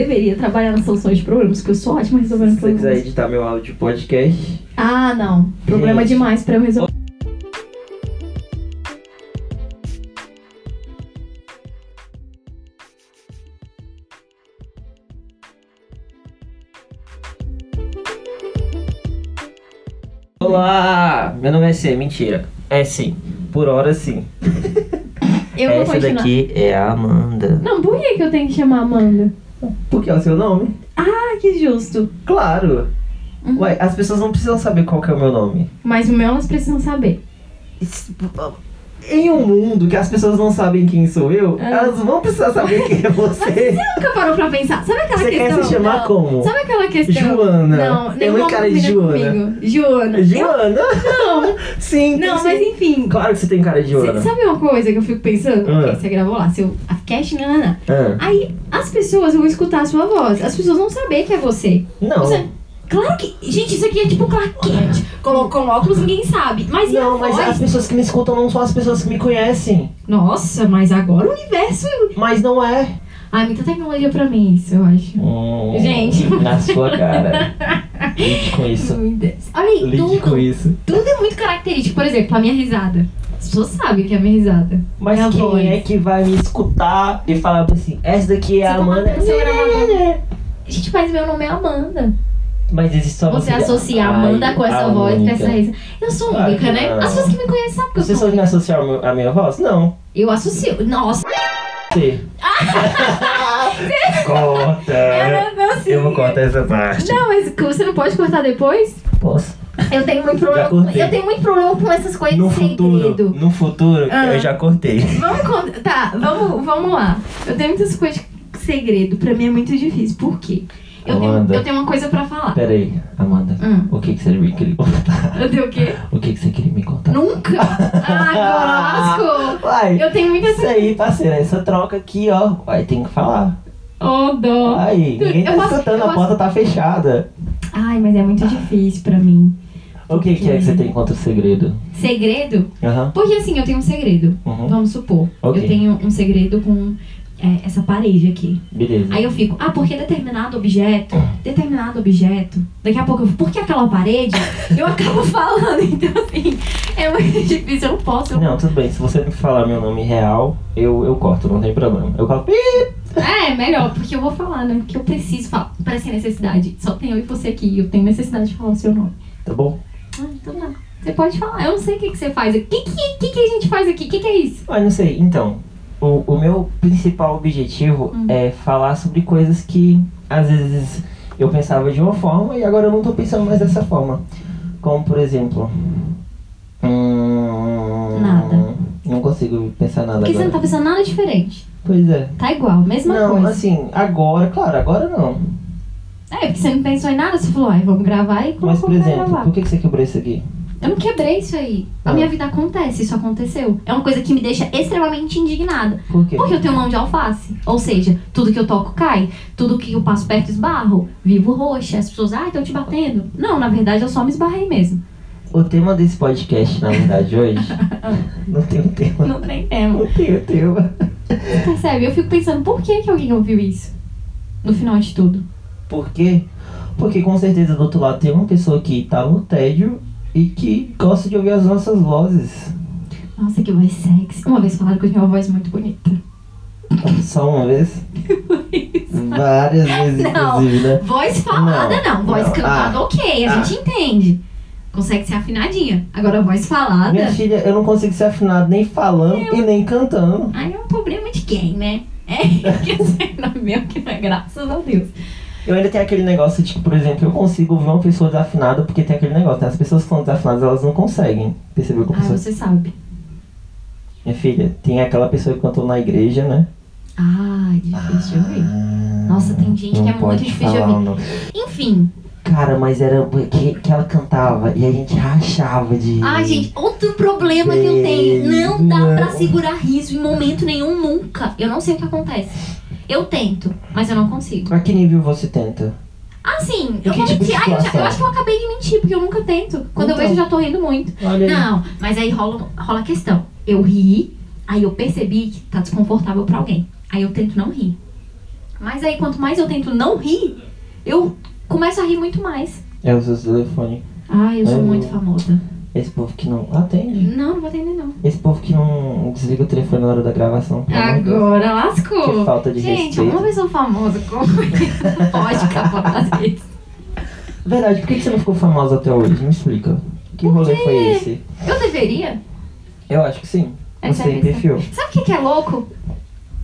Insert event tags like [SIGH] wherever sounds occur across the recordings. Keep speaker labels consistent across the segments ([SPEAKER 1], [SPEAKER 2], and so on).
[SPEAKER 1] Deveria trabalhar na solução de problemas, porque eu sou ótima resolvendo
[SPEAKER 2] Se você quiser
[SPEAKER 1] problemas.
[SPEAKER 2] editar meu áudio podcast,
[SPEAKER 1] Ah, não. Problema
[SPEAKER 2] Gente.
[SPEAKER 1] demais pra eu resolver.
[SPEAKER 2] Olá! Meu nome é C, mentira. É sim. Por hora sim.
[SPEAKER 1] Eu vou
[SPEAKER 2] Essa
[SPEAKER 1] continuar.
[SPEAKER 2] daqui é a Amanda.
[SPEAKER 1] Não, por que, que eu tenho que chamar a Amanda?
[SPEAKER 2] Porque é o seu nome?
[SPEAKER 1] Ah, que justo.
[SPEAKER 2] Claro!
[SPEAKER 1] Uhum.
[SPEAKER 2] Hum. Ué, as pessoas não precisam saber qual que é o meu nome.
[SPEAKER 1] Mas o meu elas precisam saber.
[SPEAKER 2] Em um mundo que as pessoas não sabem quem sou eu,
[SPEAKER 1] Ah.
[SPEAKER 2] elas vão precisar saber quem é
[SPEAKER 1] Você
[SPEAKER 2] você.
[SPEAKER 1] nunca parou pra pensar. Sabe aquela
[SPEAKER 2] Você quer
[SPEAKER 1] questão?
[SPEAKER 2] se chamar
[SPEAKER 1] Não.
[SPEAKER 2] como?
[SPEAKER 1] Sabe aquela questão?
[SPEAKER 2] Joana.
[SPEAKER 1] Não, nem
[SPEAKER 2] Tem uma
[SPEAKER 1] como
[SPEAKER 2] cara de
[SPEAKER 1] combina
[SPEAKER 2] Joana.
[SPEAKER 1] comigo. Joana.
[SPEAKER 2] É Joana?
[SPEAKER 1] Não,
[SPEAKER 2] Sim, tem
[SPEAKER 1] é não,
[SPEAKER 2] sim.
[SPEAKER 1] mas enfim.
[SPEAKER 2] Claro que você tem cara de Joana.
[SPEAKER 1] Cê- Sabe uma coisa que eu fico pensando?
[SPEAKER 2] Ah.
[SPEAKER 1] Ok, Você gravou lá, seu a casting, nananã.
[SPEAKER 2] Ah,
[SPEAKER 1] Aí as pessoas vão escutar a sua voz. As pessoas vão saber que é você.
[SPEAKER 2] não.
[SPEAKER 1] Você- Claro que. Gente, isso aqui é tipo Clark Kent. Colocou um óculos, ninguém sabe. Mas e a
[SPEAKER 2] Não, mas
[SPEAKER 1] voz?
[SPEAKER 2] as pessoas que me escutam não são as pessoas que me conhecem.
[SPEAKER 1] Nossa, mas agora o universo.
[SPEAKER 2] Mas não é.
[SPEAKER 1] Ai, muita tecnologia pra mim, isso, eu acho.
[SPEAKER 2] Hum,
[SPEAKER 1] Gente.
[SPEAKER 2] [LAUGHS] Na sua cara. Lide com isso.
[SPEAKER 1] Muita- Olha aí,
[SPEAKER 2] Lide com
[SPEAKER 1] tudo,
[SPEAKER 2] isso.
[SPEAKER 1] tudo é muito característico. Por exemplo, a minha risada. As pessoas sabem que é a minha risada.
[SPEAKER 2] Mas
[SPEAKER 1] Minha
[SPEAKER 2] quem
[SPEAKER 1] voz.
[SPEAKER 2] é que vai me escutar e falar assim, essa daqui é a
[SPEAKER 1] Você tá
[SPEAKER 2] Amanda.
[SPEAKER 1] matando seu gravador. Gente, mas meu nome é Amanda.
[SPEAKER 2] Mas existe só
[SPEAKER 1] Você associa a Amanda
[SPEAKER 2] Ai,
[SPEAKER 1] com essa
[SPEAKER 2] a
[SPEAKER 1] voz, com
[SPEAKER 2] única.
[SPEAKER 1] essa risada. Eu sou
[SPEAKER 2] Ai,
[SPEAKER 1] única, né?
[SPEAKER 2] não.
[SPEAKER 1] As pessoas que me conhecem sabem que eu
[SPEAKER 2] Você
[SPEAKER 1] sou.
[SPEAKER 2] sabe me associar ao meu- à minha voz? Não.
[SPEAKER 1] Eu associo. Nossa,
[SPEAKER 2] Você.
[SPEAKER 1] [LAUGHS]
[SPEAKER 2] Corta.
[SPEAKER 1] eu não consigo.
[SPEAKER 2] Ah. É, Eu vou cortar essa parte.
[SPEAKER 1] Não, mas você não pode cortar depois?
[SPEAKER 2] Posso?
[SPEAKER 1] Eu tenho muito problema.
[SPEAKER 2] Já cortei.
[SPEAKER 1] Eu tenho muito problema com essas coisas
[SPEAKER 2] No
[SPEAKER 1] de
[SPEAKER 2] futuro,
[SPEAKER 1] segredo.
[SPEAKER 2] no futuro,
[SPEAKER 1] Ah.
[SPEAKER 2] eu já cortei.
[SPEAKER 1] Vamos con- Tá, vamos, vamos lá. Eu tenho muitas coisas de segredo. Pra mim é muito difícil. Por quê? Eu, tenho,
[SPEAKER 2] Amanda.
[SPEAKER 1] eu tenho uma coisa pra falar.
[SPEAKER 2] Pera aí, Amanda.
[SPEAKER 1] Hum.
[SPEAKER 2] O que, que você me queria contar?
[SPEAKER 1] Eu tenho o quê?
[SPEAKER 2] O que, que você queria me contar?
[SPEAKER 1] Nunca! Ah, agora
[SPEAKER 2] [LAUGHS]
[SPEAKER 1] lascou!
[SPEAKER 2] Uai,
[SPEAKER 1] Eu tenho muita.
[SPEAKER 2] isso aí, parceira. Essa troca aqui, ó. Uai, tem que falar.
[SPEAKER 1] Oh, dó!
[SPEAKER 2] Ai, ninguém tá
[SPEAKER 1] eu posso-
[SPEAKER 2] escutando,
[SPEAKER 1] eu
[SPEAKER 2] a porta tá fechada.
[SPEAKER 1] Ai, mas é muito difícil pra mim.
[SPEAKER 2] O que, que é que você tem contra o segredo?
[SPEAKER 1] Segredo?
[SPEAKER 2] Aham.
[SPEAKER 1] Porque assim, eu tenho um segredo.
[SPEAKER 2] Uhum.
[SPEAKER 1] Vamos supor.
[SPEAKER 2] Ok.
[SPEAKER 1] Eu tenho um segredo com é, essa parede aqui.
[SPEAKER 2] Beleza.
[SPEAKER 1] Aí eu fico, ah, porque determinado
[SPEAKER 2] É.
[SPEAKER 1] objeto, determinado objeto. Daqui a pouco eu fico, porque aquela parede? Eu acabo [LAUGHS] falando, então assim, é muito difícil, eu não posso.
[SPEAKER 2] Não, tudo bem. Se você me falar meu nome real, eu, eu corto, não tem problema. Eu corto.
[SPEAKER 1] É, melhor, porque eu vou falar, né? Porque eu preciso falar, parece necessidade. Só tem eu e você aqui, eu tenho necessidade de falar o seu nome.
[SPEAKER 2] Tá bom?
[SPEAKER 1] Ah, então tá. Você pode falar, eu não sei o que, que você faz. O que, que, que, que a gente faz aqui? O que, que é isso?
[SPEAKER 2] Mas não sei, então. O, o meu principal objetivo
[SPEAKER 1] Hum.
[SPEAKER 2] é falar sobre coisas que às vezes eu pensava de uma forma e agora eu não tô pensando mais dessa forma. Como por exemplo. Hum,
[SPEAKER 1] Nada.
[SPEAKER 2] Não consigo pensar nada
[SPEAKER 1] Porque você
[SPEAKER 2] agora.
[SPEAKER 1] não tá pensando nada diferente.
[SPEAKER 2] Pois é.
[SPEAKER 1] Tá igual, mesma
[SPEAKER 2] não,
[SPEAKER 1] coisa.
[SPEAKER 2] assim, agora, claro, agora não.
[SPEAKER 1] É, porque você não pensou em nada, você falou, ai, vamos gravar e colocou
[SPEAKER 2] Mas, por
[SPEAKER 1] pra
[SPEAKER 2] exemplo,
[SPEAKER 1] gravar.
[SPEAKER 2] por que que você quebrou isso aqui?
[SPEAKER 1] Eu não quebrei isso aí. A
[SPEAKER 2] Ah.
[SPEAKER 1] minha vida acontece, isso aconteceu. É uma coisa que me deixa extremamente indignada.
[SPEAKER 2] Por quê?
[SPEAKER 1] Porque eu tenho mão de alface. Ou seja, tudo que eu toco cai. Tudo que eu passo perto esbarro. Vivo roxa. As pessoas, ai, estão te batendo. Não, na verdade eu só me esbarrei
[SPEAKER 2] [LAUGHS]
[SPEAKER 1] mesmo.
[SPEAKER 2] O tema desse podcast, na
[SPEAKER 1] [LAUGHS]
[SPEAKER 2] verdade, hoje. não tem um tema.
[SPEAKER 1] Não tem tema.
[SPEAKER 2] Não tem um tema.
[SPEAKER 1] Você percebe? Eu fico pensando, por que, que alguém ouviu isso? No final de tudo.
[SPEAKER 2] Por quê? Porque com certeza do outro lado tem uma pessoa que tá no tédio e que gosta de ouvir as nossas vozes.
[SPEAKER 1] Nossa, que voz sexy. Uma vez falaram que eu tinha uma voz muito bonita.
[SPEAKER 2] Só
[SPEAKER 1] [LAUGHS]
[SPEAKER 2] uma vez? Várias vezes,
[SPEAKER 1] Não.
[SPEAKER 2] inclusive, né?
[SPEAKER 1] Voz falada não, voz
[SPEAKER 2] não.
[SPEAKER 1] cantada
[SPEAKER 2] Ah.
[SPEAKER 1] ok, a
[SPEAKER 2] Ah.
[SPEAKER 1] gente entende. Consegue ser afinadinha. Agora voz falada.
[SPEAKER 2] Minha filha, eu não consigo ser afinado nem falando e nem cantando.
[SPEAKER 1] Aí é um problema de quem, né? É, [LAUGHS] que sei, não é meu, que não é graças a Deus.
[SPEAKER 2] Eu ainda tenho aquele negócio de que, por exemplo, eu consigo ouvir uma pessoa desafinada porque tem aquele negócio, né? As pessoas que são desafinadas, elas não conseguem. Percebeu como
[SPEAKER 1] Ah,
[SPEAKER 2] pessoa...
[SPEAKER 1] você sabe.
[SPEAKER 2] Minha filha, tem aquela pessoa que cantou na igreja, né?
[SPEAKER 1] Ah, difícil de ouvir. Nossa, tem gente que é muito
[SPEAKER 2] Não pode
[SPEAKER 1] difícil de
[SPEAKER 2] falar
[SPEAKER 1] ouvir.
[SPEAKER 2] o nome.
[SPEAKER 1] Ah. Enfim.
[SPEAKER 2] Cara, mas era que, que ela cantava e a gente rachava de.
[SPEAKER 1] Ah, gente, outro problema que eu tenho. Não dá
[SPEAKER 2] Não.
[SPEAKER 1] pra segurar riso em momento nenhum, nunca. Eu não sei o que acontece. Eu tento, mas eu não consigo.
[SPEAKER 2] A que nível você tenta?
[SPEAKER 1] Ah, sim,
[SPEAKER 2] E
[SPEAKER 1] eu
[SPEAKER 2] que
[SPEAKER 1] vou
[SPEAKER 2] tipo de
[SPEAKER 1] mentir. Ah, eu, já-
[SPEAKER 2] situação?
[SPEAKER 1] eu acho que eu acabei de mentir, porque eu nunca tento. Quando eu
[SPEAKER 2] Então.
[SPEAKER 1] vejo, eu já tô rindo muito.
[SPEAKER 2] Olha aí.
[SPEAKER 1] Não, mas aí rola, rola a questão. Eu ri, aí eu percebi que tá desconfortável pra alguém. Aí eu tento não rir. Mas aí, quanto mais eu tento não rir, eu começo a rir muito mais.
[SPEAKER 2] É os seus telefones.
[SPEAKER 1] Ai, eu sou
[SPEAKER 2] É.
[SPEAKER 1] muito famosa.
[SPEAKER 2] Esse povo que não atende.
[SPEAKER 1] Não, não vou atender, não.
[SPEAKER 2] Esse povo que não desliga o telefone na hora da gravação. pelo amor de Deus.
[SPEAKER 1] Agora lascou.
[SPEAKER 2] É Que falta de
[SPEAKER 1] Gente,
[SPEAKER 2] respeito.
[SPEAKER 1] uma pessoa famosa como eu
[SPEAKER 2] [LAUGHS]
[SPEAKER 1] não pode acabar com isso.
[SPEAKER 2] Verdade, por que que você não ficou famosa até hoje? Me explica. Que rolê
[SPEAKER 1] quê?
[SPEAKER 2] foi esse?
[SPEAKER 1] Eu deveria?
[SPEAKER 2] Eu acho que sim.
[SPEAKER 1] Essa
[SPEAKER 2] Você
[SPEAKER 1] é a
[SPEAKER 2] tem
[SPEAKER 1] questão.
[SPEAKER 2] perfil.
[SPEAKER 1] Sabe o que, que é louco?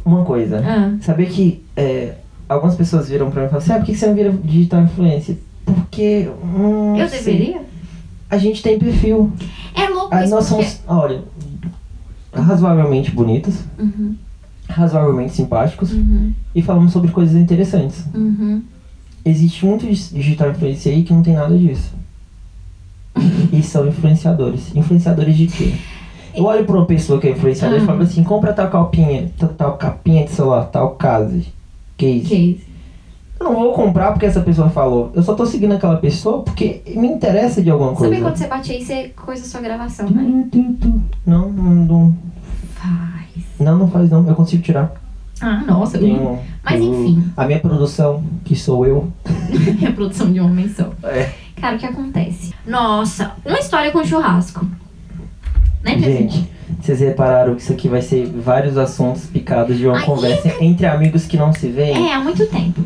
[SPEAKER 2] Uma coisa.
[SPEAKER 1] Ah.
[SPEAKER 2] Saber que é, algumas pessoas viram pra mim e falaram assim, ah, por que que você não vira digital influencer? Porque. hum,
[SPEAKER 1] Eu
[SPEAKER 2] sei.
[SPEAKER 1] deveria?
[SPEAKER 2] A gente tem perfil.
[SPEAKER 1] É louco
[SPEAKER 2] Ah,
[SPEAKER 1] isso.
[SPEAKER 2] nós
[SPEAKER 1] porque-
[SPEAKER 2] somos, olha, razoavelmente bonitos,
[SPEAKER 1] Uhum,
[SPEAKER 2] razoavelmente simpáticos
[SPEAKER 1] uhum,
[SPEAKER 2] e falamos sobre coisas interessantes.
[SPEAKER 1] uhum.
[SPEAKER 2] Existe muito dis- digital influencer aí que não tem nada disso. E são influenciadores. Influenciadores de quê? Eu olho pra uma pessoa que é influenciadora e
[SPEAKER 1] Ah.
[SPEAKER 2] falo assim, compra tal capinha, tal, tal capinha de celular, tal casa. Que isso?
[SPEAKER 1] Que isso?
[SPEAKER 2] Eu não vou comprar porque essa pessoa falou. Eu só tô seguindo aquela pessoa porque me interessa de alguma coisa.
[SPEAKER 1] Sabe quando você bate aí, você coisa a sua gravação, né?
[SPEAKER 2] Não, não, não,
[SPEAKER 1] Faz.
[SPEAKER 2] não, não faz não. Eu consigo tirar.
[SPEAKER 1] Ah, nossa.
[SPEAKER 2] Tem
[SPEAKER 1] eu- [LAUGHS]
[SPEAKER 2] um-
[SPEAKER 1] Mas
[SPEAKER 2] um-
[SPEAKER 1] enfim.
[SPEAKER 2] A minha produção, que sou eu.
[SPEAKER 1] Minha é produção de um homem só.
[SPEAKER 2] É.
[SPEAKER 1] Cara, o que acontece? Nossa, uma história com churrasco. Né, Pedro?
[SPEAKER 2] Gente, vocês repararam que isso aqui vai ser vários assuntos picados de uma
[SPEAKER 1] Ai,
[SPEAKER 2] conversa entre amigos que não se veem?
[SPEAKER 1] É, há muito tempo.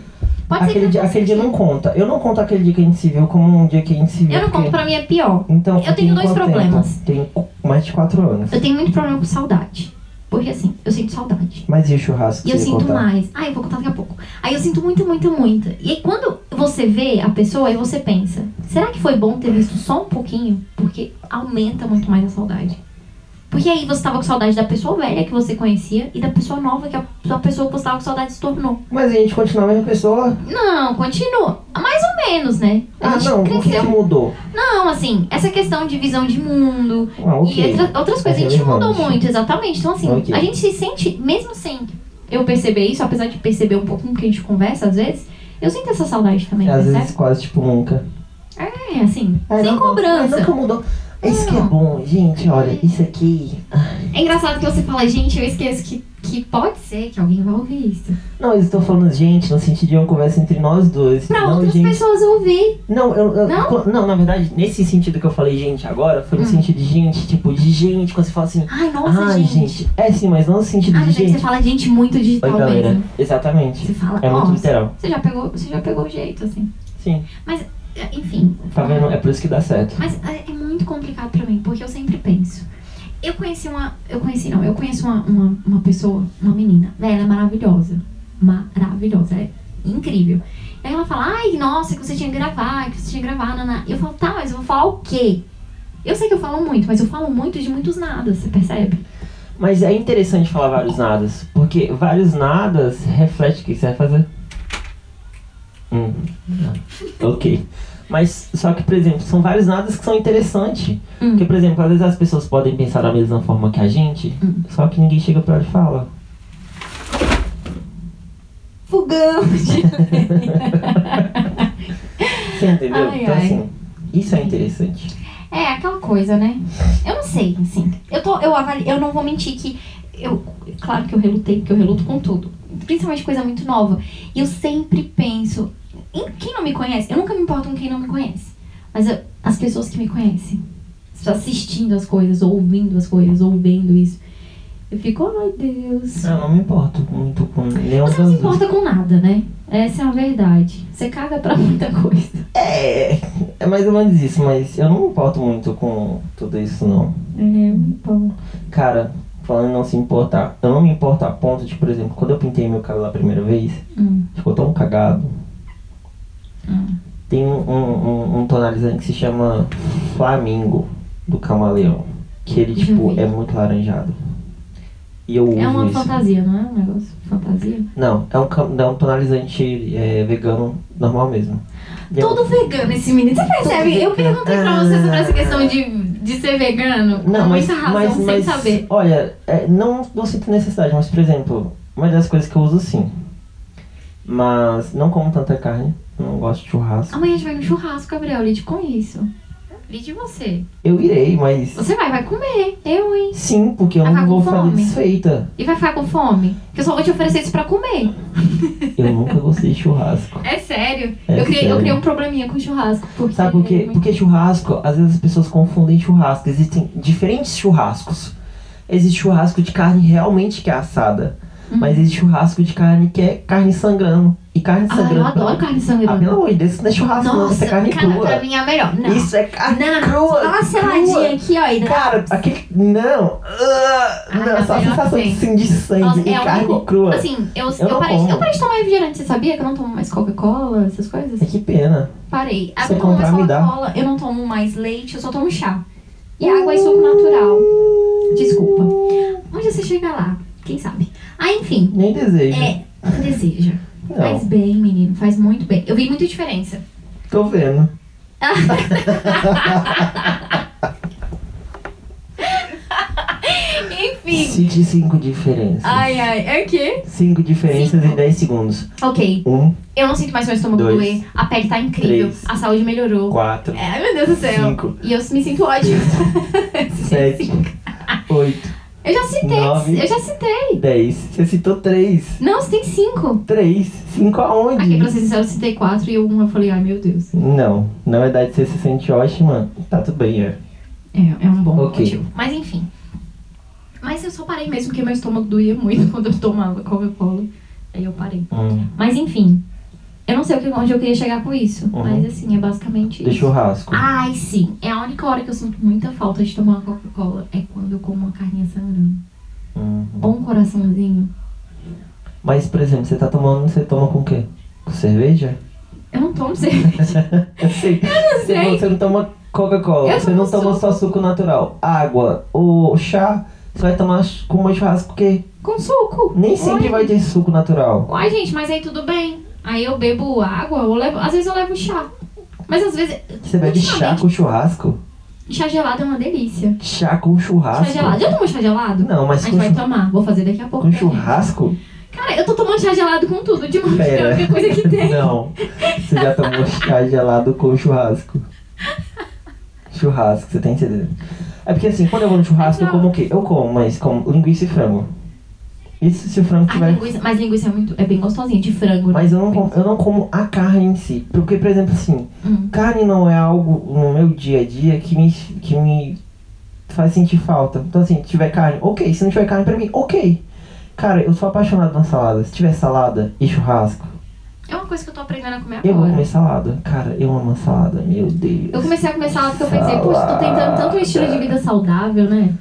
[SPEAKER 1] Pode
[SPEAKER 2] aquele
[SPEAKER 1] ser que
[SPEAKER 2] dia,
[SPEAKER 1] não
[SPEAKER 2] aquele dia
[SPEAKER 1] seja.
[SPEAKER 2] não conta. Eu não conto aquele dia que a gente se viu como um dia que a gente se viu.
[SPEAKER 1] Eu não
[SPEAKER 2] porque-
[SPEAKER 1] conto, pra mim é pior.
[SPEAKER 2] Então,
[SPEAKER 1] Eu tenho
[SPEAKER 2] tem
[SPEAKER 1] dois
[SPEAKER 2] quanto
[SPEAKER 1] problemas.
[SPEAKER 2] Tempo? Tenho cu- mais de quatro anos.
[SPEAKER 1] Eu tenho muito problema com saudade. Porque assim, eu sinto saudade.
[SPEAKER 2] Mas e o churrasco? que
[SPEAKER 1] E eu
[SPEAKER 2] você ia
[SPEAKER 1] sinto
[SPEAKER 2] contar?
[SPEAKER 1] mais. Ah, eu vou contar daqui a pouco. Aí eu sinto muito, muito, muito. E aí quando você vê a pessoa, aí você pensa, será que foi bom ter visto só um pouquinho? Porque aumenta muito mais a saudade. Porque aí você tava com saudade da pessoa velha que você conhecia e da pessoa nova que a, a pessoa que você tava com saudade se tornou.
[SPEAKER 2] Mas a gente continua a mesma pessoa.
[SPEAKER 1] Não, continua. Mais ou menos, né? A
[SPEAKER 2] Ah,
[SPEAKER 1] gente
[SPEAKER 2] não. O que,
[SPEAKER 1] cresceu.
[SPEAKER 2] que mudou?
[SPEAKER 1] Não, assim, essa questão de visão de mundo
[SPEAKER 2] Ah,
[SPEAKER 1] e
[SPEAKER 2] ok.
[SPEAKER 1] outra- outras coisas,
[SPEAKER 2] É
[SPEAKER 1] a gente mudou
[SPEAKER 2] relevante.
[SPEAKER 1] muito, exatamente. Então, assim,
[SPEAKER 2] Ok.
[SPEAKER 1] a gente se sente, mesmo sem eu perceber isso, apesar de perceber um pouquinho que a gente conversa às vezes, eu sinto essa saudade também,
[SPEAKER 2] Às
[SPEAKER 1] percebe?
[SPEAKER 2] vezes quase, tipo, nunca.
[SPEAKER 1] É, assim,
[SPEAKER 2] Ai,
[SPEAKER 1] sem
[SPEAKER 2] não,
[SPEAKER 1] cobrança.
[SPEAKER 2] Mas nunca mudou. Isso que é
[SPEAKER 1] Não.
[SPEAKER 2] bom, gente, olha, isso aqui.
[SPEAKER 1] É engraçado que você fala, gente, eu esqueço que, que pode ser que alguém vai ouvir isso.
[SPEAKER 2] Não, eu estou falando gente, no sentido de uma conversa entre nós dois.
[SPEAKER 1] Pra
[SPEAKER 2] não,
[SPEAKER 1] outras
[SPEAKER 2] gente.
[SPEAKER 1] pessoas ouvir.
[SPEAKER 2] Não, eu, eu-
[SPEAKER 1] Não?
[SPEAKER 2] co- na verdade, nesse sentido que eu falei gente agora, foi no
[SPEAKER 1] Hum.
[SPEAKER 2] sentido de gente, tipo, de gente, quando você fala assim.
[SPEAKER 1] Ai, nossa,
[SPEAKER 2] ah,
[SPEAKER 1] gente.
[SPEAKER 2] gente. É sim, mas não no sentido
[SPEAKER 1] Ah,
[SPEAKER 2] de
[SPEAKER 1] mas é que
[SPEAKER 2] gente.
[SPEAKER 1] você fala gente muito digital
[SPEAKER 2] Oi, galera.
[SPEAKER 1] mesmo.
[SPEAKER 2] Exatamente.
[SPEAKER 1] Você fala,
[SPEAKER 2] É muito
[SPEAKER 1] nossa,
[SPEAKER 2] literal.
[SPEAKER 1] Você já pegou, você já pegou o jeito, assim.
[SPEAKER 2] Sim.
[SPEAKER 1] É, Enfim.
[SPEAKER 2] Tá vendo? É por isso que dá certo.
[SPEAKER 1] Mas é é muito complicado pra mim, porque eu sempre penso. Eu conheci uma. Eu conheci, não, eu conheço uma, uma, uma pessoa, uma menina. Velho, ela é maravilhosa. Maravilhosa, ela é incrível. Aí ela fala, ai, nossa, que você tinha que gravar, que você tinha que gravar, naná. Eu falo, tá, mas eu vou falar o quê? Eu sei que eu falo muito, mas eu falo muito de muitos nada, você percebe?
[SPEAKER 2] Mas é interessante falar vários nadas, porque vários nadas reflete o que você vai fazer. Hum. ah, Ok. Mas só que, por exemplo, são vários nadas que são interessantes. Porque, por exemplo, às vezes as pessoas podem pensar da mesma forma que a gente,
[SPEAKER 1] Hum.
[SPEAKER 2] só que ninguém chega pra ela e fala.
[SPEAKER 1] Fogão de [LAUGHS]
[SPEAKER 2] Você entendeu?
[SPEAKER 1] Ai,
[SPEAKER 2] então,
[SPEAKER 1] ai.
[SPEAKER 2] assim, isso é interessante.
[SPEAKER 1] É, aquela coisa, né? Eu não sei, assim. Eu, tô, eu, avali, eu não vou mentir que. Eu, claro que eu relutei, porque eu reluto com tudo. Principalmente coisa muito nova. E eu sempre penso. Em quem não me conhece? Eu nunca me importo com quem não me conhece. Mas eu- as pessoas que me conhecem. as pessoas Assistindo as coisas, ouvindo as coisas, ouvendo isso. Eu fico, ai Deus.
[SPEAKER 2] Ah, Eu não me importo muito com
[SPEAKER 1] Você não
[SPEAKER 2] nenhum dos
[SPEAKER 1] se
[SPEAKER 2] dois.
[SPEAKER 1] importa com nada, né? Essa é a verdade. Você caga pra muita coisa.
[SPEAKER 2] É, é mais ou menos isso, mas eu não me importo muito com tudo isso, não.
[SPEAKER 1] É, então.
[SPEAKER 2] Cara, falando em não se importar, eu não me importo a ponto de, por exemplo, quando eu pintei meu cabelo a primeira vez,
[SPEAKER 1] Hum,
[SPEAKER 2] ficou tão cagado.
[SPEAKER 1] hum.
[SPEAKER 2] Tem um, um, um- um tonalizante que se chama Flamingo do Camaleão. Que ele,
[SPEAKER 1] Já
[SPEAKER 2] tipo,
[SPEAKER 1] vi.
[SPEAKER 2] é muito laranjado. E eu uso
[SPEAKER 1] Uhum. É uma
[SPEAKER 2] isso.
[SPEAKER 1] fantasia, não é um negócio? Fantasia?
[SPEAKER 2] Não, é um, cam- é um tonalizante é, vegano normal mesmo. E é-
[SPEAKER 1] Todo vegano esse menino. Você percebe?
[SPEAKER 2] Todo
[SPEAKER 1] Eu
[SPEAKER 2] vegano.
[SPEAKER 1] perguntei pra você sobre essa questão de, de ser vegano.
[SPEAKER 2] Não,
[SPEAKER 1] com
[SPEAKER 2] mas,
[SPEAKER 1] muita razão,
[SPEAKER 2] mas,
[SPEAKER 1] sem
[SPEAKER 2] mas,
[SPEAKER 1] saber.
[SPEAKER 2] Olha, é, não, não sinto necessidade, mas por exemplo, uma das coisas que eu uso sim. Mas não como tanta carne, não gosto de churrasco.
[SPEAKER 1] Amanhã a gente vai no churrasco, Gabriel, lide com isso. E de você?
[SPEAKER 2] Eu irei, mas.
[SPEAKER 1] Você vai, vai comer. Eu, hein?
[SPEAKER 2] Sim, porque eu
[SPEAKER 1] Ah,
[SPEAKER 2] não
[SPEAKER 1] com
[SPEAKER 2] vou fazer
[SPEAKER 1] fome.
[SPEAKER 2] desfeita.
[SPEAKER 1] E vai ficar com fome? Porque eu só vou te oferecer isso pra comer. [LAUGHS]
[SPEAKER 2] Eu nunca gostei de churrasco.
[SPEAKER 1] É sério.
[SPEAKER 2] É
[SPEAKER 1] eu, criei, eu
[SPEAKER 2] sério.
[SPEAKER 1] criei um probleminha com churrasco. Porque é
[SPEAKER 2] Sabe por
[SPEAKER 1] Uhum.
[SPEAKER 2] quê? Porque churrasco, às vezes as pessoas confundem churrasco. Existem diferentes churrascos. Existe churrasco de carne realmente que é assada.
[SPEAKER 1] Hum.
[SPEAKER 2] Mas existe churrasco de carne que é carne sangrando. E carne
[SPEAKER 1] Ah, eu
[SPEAKER 2] sangrando.
[SPEAKER 1] adoro carne
[SPEAKER 2] Ah,
[SPEAKER 1] sangrando.
[SPEAKER 2] pelo amor de Deus, isso não é churrasco, não. Isso
[SPEAKER 1] Nossa,
[SPEAKER 2] é carne
[SPEAKER 1] cara, pra
[SPEAKER 2] crua.
[SPEAKER 1] mim é a melhor. Não.
[SPEAKER 2] Isso é carne
[SPEAKER 1] não, não.
[SPEAKER 2] crua.
[SPEAKER 1] Dá uma
[SPEAKER 2] crua.
[SPEAKER 1] seladinha aqui, ó. e dá-
[SPEAKER 2] Cara, aquele. Não! Ah,
[SPEAKER 1] Ah,
[SPEAKER 2] não,
[SPEAKER 1] é
[SPEAKER 2] só a
[SPEAKER 1] melhor
[SPEAKER 2] sensação
[SPEAKER 1] que
[SPEAKER 2] de, sim, de sangue
[SPEAKER 1] Nossa,
[SPEAKER 2] e
[SPEAKER 1] é o
[SPEAKER 2] carne
[SPEAKER 1] único-
[SPEAKER 2] crua.
[SPEAKER 1] Assim, eu,
[SPEAKER 2] Eu
[SPEAKER 1] eu,
[SPEAKER 2] não
[SPEAKER 1] parei,
[SPEAKER 2] como.
[SPEAKER 1] eu parei de tomar refrigerante, você sabia que eu não tomo mais Coca-Cola, essas coisas?
[SPEAKER 2] É que pena.
[SPEAKER 1] Parei. Ah,
[SPEAKER 2] Se
[SPEAKER 1] eu não tomo mais
[SPEAKER 2] comprar, me dá.
[SPEAKER 1] Coca-Cola, eu não tomo mais leite, eu só tomo chá. E água e suco natural. Desculpa. Onde você chega lá? Quem sabe? Ah, enfim.
[SPEAKER 2] Nem desejo.
[SPEAKER 1] É, deseja. Faz
[SPEAKER 2] Não,
[SPEAKER 1] bem, menino, faz muito bem. Eu vi muita diferença.
[SPEAKER 2] tô vendo.
[SPEAKER 1] [LAUGHS] Enfim.
[SPEAKER 2] Cite cinco diferenças.
[SPEAKER 1] Ai, ai, é o quê?
[SPEAKER 2] Cinco diferenças
[SPEAKER 1] Cinco.
[SPEAKER 2] em 10 segundos.
[SPEAKER 1] Ok,
[SPEAKER 2] Um,
[SPEAKER 1] eu não sinto mais meu estômago
[SPEAKER 2] Dois.
[SPEAKER 1] doer, a pele tá incrível,
[SPEAKER 2] Três.
[SPEAKER 1] a saúde melhorou.
[SPEAKER 2] quatro,
[SPEAKER 1] Ai, meu Deus do céu.
[SPEAKER 2] Cinco.
[SPEAKER 1] E eu me sinto ótimo. [LAUGHS]
[SPEAKER 2] sete,
[SPEAKER 1] Ah.
[SPEAKER 2] oito,
[SPEAKER 1] Eu já citei,
[SPEAKER 2] Nove.
[SPEAKER 1] eu já citei.
[SPEAKER 2] dez. Você citou três.
[SPEAKER 1] Não, você tem cinco.
[SPEAKER 2] Três? Cinco
[SPEAKER 1] Aqui,
[SPEAKER 2] aonde?
[SPEAKER 1] pra ser sincero, eu citei quatro e um eu falei, ai meu Deus.
[SPEAKER 2] Não, na verdade você se sente ótima, tá tudo bem, é.
[SPEAKER 1] É, é um bom
[SPEAKER 2] Ok.
[SPEAKER 1] motivo. Mas enfim. Mas eu só parei mesmo porque meu estômago doía muito [LAUGHS] quando eu tomava Coca-Cola. Aí eu parei.
[SPEAKER 2] Hum,
[SPEAKER 1] Mas enfim. Eu não sei o que- onde eu queria chegar com isso.
[SPEAKER 2] Uhum.
[SPEAKER 1] Mas assim, é basicamente isso.
[SPEAKER 2] de
[SPEAKER 1] Ah.
[SPEAKER 2] churrasco.
[SPEAKER 1] Ai, sim. É a única hora que eu sinto muita falta de tomar uma Coca-Cola. É quando eu como uma carninha sangrando.
[SPEAKER 2] Uhum.
[SPEAKER 1] Ou um coraçãozinho.
[SPEAKER 2] Mas, por exemplo, você tá tomando, você toma com o quê?
[SPEAKER 1] [LAUGHS]
[SPEAKER 2] Com cerveja?
[SPEAKER 1] Eu não tomo cerveja.
[SPEAKER 2] Eu sei. Eu
[SPEAKER 1] sei.
[SPEAKER 2] [LAUGHS] Você não toma Coca-Cola,
[SPEAKER 1] Eu
[SPEAKER 2] você não
[SPEAKER 1] tomo
[SPEAKER 2] toma só suco natural, água ou chá. Você vai tomar com um churrasco porque
[SPEAKER 1] com suco.
[SPEAKER 2] nem sempre
[SPEAKER 1] Oi.
[SPEAKER 2] vai ter suco natural.
[SPEAKER 1] Uai, gente, mas aí tudo bem. Aí eu bebo água, eu levo, às vezes eu levo chá. Mas às vezes.
[SPEAKER 2] Você bebe chá
[SPEAKER 1] ultimamente,
[SPEAKER 2] com churrasco?
[SPEAKER 1] Chá gelado é uma delícia.
[SPEAKER 2] Chá com
[SPEAKER 1] Chá
[SPEAKER 2] churrasco?
[SPEAKER 1] gelado. Já tomou chá gelado?
[SPEAKER 2] Não, mas
[SPEAKER 1] A
[SPEAKER 2] com,
[SPEAKER 1] gente vai
[SPEAKER 2] chu-
[SPEAKER 1] tomar. um Vou fazer daqui a pouco. pra
[SPEAKER 2] com
[SPEAKER 1] gente.
[SPEAKER 2] churrasco?
[SPEAKER 1] Cara, eu tô tomando chá gelado com tudo. De monte é a
[SPEAKER 2] Pera.
[SPEAKER 1] única coisa que tem.
[SPEAKER 2] [LAUGHS] Não. Você já tomou chá gelado com churrasco? Churrasco, você tem certeza? É porque assim, quando eu vou no churrasco, eu como o quê? Eu como, mas como linguiça e frango. Isso se o frango
[SPEAKER 1] Ai,
[SPEAKER 2] tiver
[SPEAKER 1] linguiça, mas linguiça é muito. É bem gostosinha, de frango. né?
[SPEAKER 2] Mas eu não, como, eu não como a carne em si. Porque, por exemplo, assim,
[SPEAKER 1] Hum.
[SPEAKER 2] carne não é algo no meu dia a dia que me, que me faz sentir falta. Então, assim, se tiver carne, ok. Se não tiver carne pra mim, ok. Cara, eu sou apaixonado na salada. Se tiver salada e churrasco,
[SPEAKER 1] É uma coisa que eu tô aprendendo a comer
[SPEAKER 2] eu vou comer
[SPEAKER 1] agora.
[SPEAKER 2] salada. Cara, eu amo a salada, meu Deus.
[SPEAKER 1] Eu comecei a comer salada porque eu pensei, poxa, tô tentando tanto um estilo de vida saudável, né?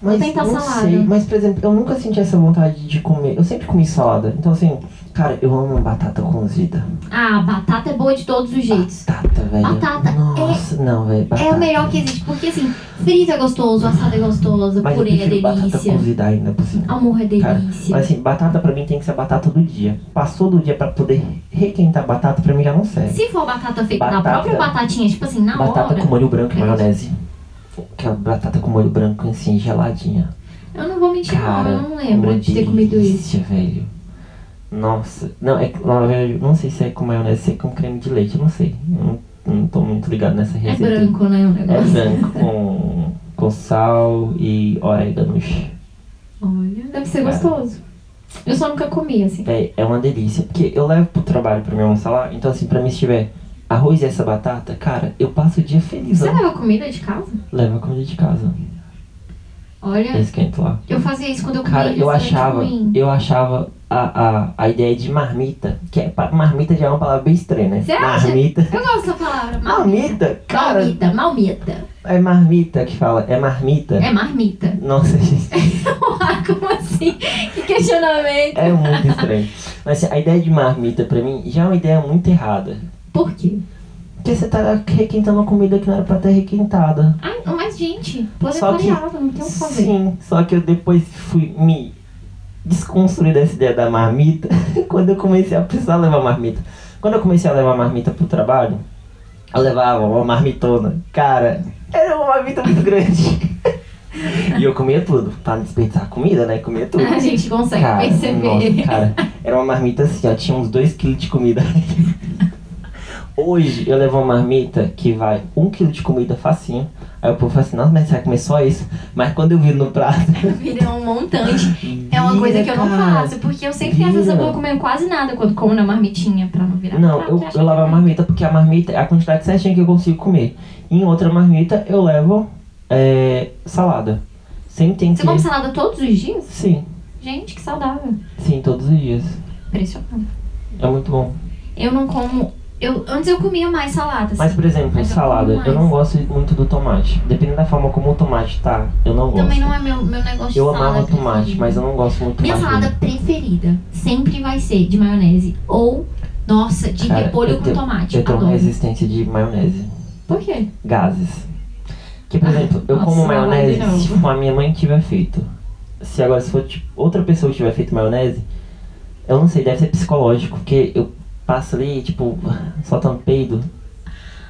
[SPEAKER 2] Mas
[SPEAKER 1] tentar
[SPEAKER 2] não
[SPEAKER 1] salada.
[SPEAKER 2] sei, mas por exemplo, eu nunca senti essa vontade de comer. Eu sempre comi salada. Então, assim, cara, eu amo batata cozida.
[SPEAKER 1] Ah, batata é boa de todos os jeitos.
[SPEAKER 2] Batata, velho.
[SPEAKER 1] Batata é-
[SPEAKER 2] Nossa, não, velho.
[SPEAKER 1] É
[SPEAKER 2] batata.
[SPEAKER 1] o melhor que existe, porque assim, frito é gostoso, assado é gostoso,
[SPEAKER 2] Mas eu
[SPEAKER 1] purê é
[SPEAKER 2] prefiro batata
[SPEAKER 1] delícia,
[SPEAKER 2] cozida ainda por cima.
[SPEAKER 1] amor é
[SPEAKER 2] Cara,
[SPEAKER 1] delícia.
[SPEAKER 2] mas assim, batata pra mim tem que ser a batata do dia. Passou do dia pra poder requentar a batata, pra mim já não serve.
[SPEAKER 1] Se for batata feita
[SPEAKER 2] é. Batata.
[SPEAKER 1] na própria batatinha, tipo assim, na
[SPEAKER 2] batata
[SPEAKER 1] hora,
[SPEAKER 2] com molho branco e
[SPEAKER 1] É.
[SPEAKER 2] maionese. Que é a batata com molho branco, assim, geladinha.
[SPEAKER 1] eu não vou mentir
[SPEAKER 2] Cara,
[SPEAKER 1] não, eu não lembro
[SPEAKER 2] uma
[SPEAKER 1] de ter comido isso.
[SPEAKER 2] delícia, velho. Nossa, não, é na verdade, eu não sei se é com maionese, se é com creme de leite, eu não sei. Eu não, não tô muito ligado nessa
[SPEAKER 1] É
[SPEAKER 2] receita.
[SPEAKER 1] branco, né, o
[SPEAKER 2] É
[SPEAKER 1] negócio.
[SPEAKER 2] branco com, com sal e orégano.
[SPEAKER 1] Olha, deve ser
[SPEAKER 2] Cara.
[SPEAKER 1] gostoso. Eu só nunca comi, assim.
[SPEAKER 2] Véi, é uma delícia. Porque eu levo pro trabalho pra me almoçar lá. Então, assim, pra mim, se tiver arroz e essa batata, cara, eu passo o dia feliz.
[SPEAKER 1] Você
[SPEAKER 2] Ó.
[SPEAKER 1] leva comida de casa?
[SPEAKER 2] Leva a comida de casa. Eu
[SPEAKER 1] Olha,
[SPEAKER 2] esquento lá.
[SPEAKER 1] eu fazia isso quando É. eu comia
[SPEAKER 2] Cara,
[SPEAKER 1] em
[SPEAKER 2] eu
[SPEAKER 1] restaurante
[SPEAKER 2] achava,
[SPEAKER 1] ruim.
[SPEAKER 2] eu achava a, a, a ideia de marmita, que é pa- marmita já é uma palavra bem estranha, né?
[SPEAKER 1] Você acha?
[SPEAKER 2] marmita.
[SPEAKER 1] Eu gosto da palavra, marmita.
[SPEAKER 2] Marmita, cara,
[SPEAKER 1] Malmita, malmita.
[SPEAKER 2] é marmita que fala, é marmita.
[SPEAKER 1] É marmita. [LAUGHS]
[SPEAKER 2] Nossa, [LAUGHS] gente,
[SPEAKER 1] Uai, Como assim? Que questionamento.
[SPEAKER 2] é muito estranho. Mas assim, a ideia de marmita pra mim já é uma ideia muito errada.
[SPEAKER 1] Por quê?
[SPEAKER 2] Porque você tá requentando uma comida que não era pra ter requentada.
[SPEAKER 1] Ai, mas gente,
[SPEAKER 2] Só que-
[SPEAKER 1] proletariado, não tem o que fazer. [LAUGHS]
[SPEAKER 2] Sim, só que eu depois fui me desconstruir dessa ideia da marmita [LAUGHS] quando eu comecei a precisar levar marmita. Quando eu comecei a levar marmita pro trabalho, eu levava uma marmitona. Cara, era uma marmita muito grande. [LAUGHS] e eu comia tudo, pra não desperdiçar comida, né? Comia tudo.
[SPEAKER 1] A gente consegue
[SPEAKER 2] Cara,
[SPEAKER 1] perceber.
[SPEAKER 2] nossa, cara, era uma marmita assim, ó, tinha uns 2kg de comida. [LAUGHS] Hoje eu levo uma marmita que vai um quilo de comida facinho. Aí o povo fala assim, nossa, mas será que comer só isso? Mas quando eu viro no prato.
[SPEAKER 1] Vira um montante. É uma
[SPEAKER 2] vira,
[SPEAKER 1] coisa que eu não
[SPEAKER 2] cara.
[SPEAKER 1] faço, porque eu sempre às vezes eu vou comendo quase nada quando como na marmitinha pra não virar.
[SPEAKER 2] [LAUGHS] Não,
[SPEAKER 1] prato,
[SPEAKER 2] eu,
[SPEAKER 1] acho
[SPEAKER 2] eu
[SPEAKER 1] que- é.
[SPEAKER 2] levo a marmita porque a marmita é a quantidade certinha que eu consigo comer. Em outra marmita eu levo é, salada. Sem tem
[SPEAKER 1] Você
[SPEAKER 2] que.
[SPEAKER 1] come salada todos os dias?
[SPEAKER 2] Sim,
[SPEAKER 1] Gente, que saudável.
[SPEAKER 2] sim, todos os dias.
[SPEAKER 1] Impressionante.
[SPEAKER 2] É muito bom.
[SPEAKER 1] Eu não como. Eu, antes eu comia mais salada.
[SPEAKER 2] Mas,
[SPEAKER 1] assim.
[SPEAKER 2] por exemplo,
[SPEAKER 1] Mas eu como
[SPEAKER 2] salada, eu
[SPEAKER 1] mais.
[SPEAKER 2] não gosto muito do tomate. Dependendo da forma como o tomate tá, eu não gosto.
[SPEAKER 1] Também não é meu, meu negócio de
[SPEAKER 2] eu
[SPEAKER 1] salada.
[SPEAKER 2] amava tomate,
[SPEAKER 1] preferida.
[SPEAKER 2] mas eu não gosto muito do
[SPEAKER 1] Minha
[SPEAKER 2] tomate.
[SPEAKER 1] salada é preferida sempre vai ser de maionese ou, nossa, de
[SPEAKER 2] Cara,
[SPEAKER 1] repolho
[SPEAKER 2] eu
[SPEAKER 1] com
[SPEAKER 2] tenho-
[SPEAKER 1] tomate. tá
[SPEAKER 2] Eu tenho uma
[SPEAKER 1] Adoro.
[SPEAKER 2] resistência de maionese.
[SPEAKER 1] Por quê?
[SPEAKER 2] gases. Que, por exemplo, eu
[SPEAKER 1] Nossa,
[SPEAKER 2] como maionese
[SPEAKER 1] não.
[SPEAKER 2] se tipo, a minha mãe tiver feito. Se agora, se for tipo, outra pessoa que tiver feito maionese, eu não sei, deve ser psicológico, porque eu passo ali, tipo, soltando peido.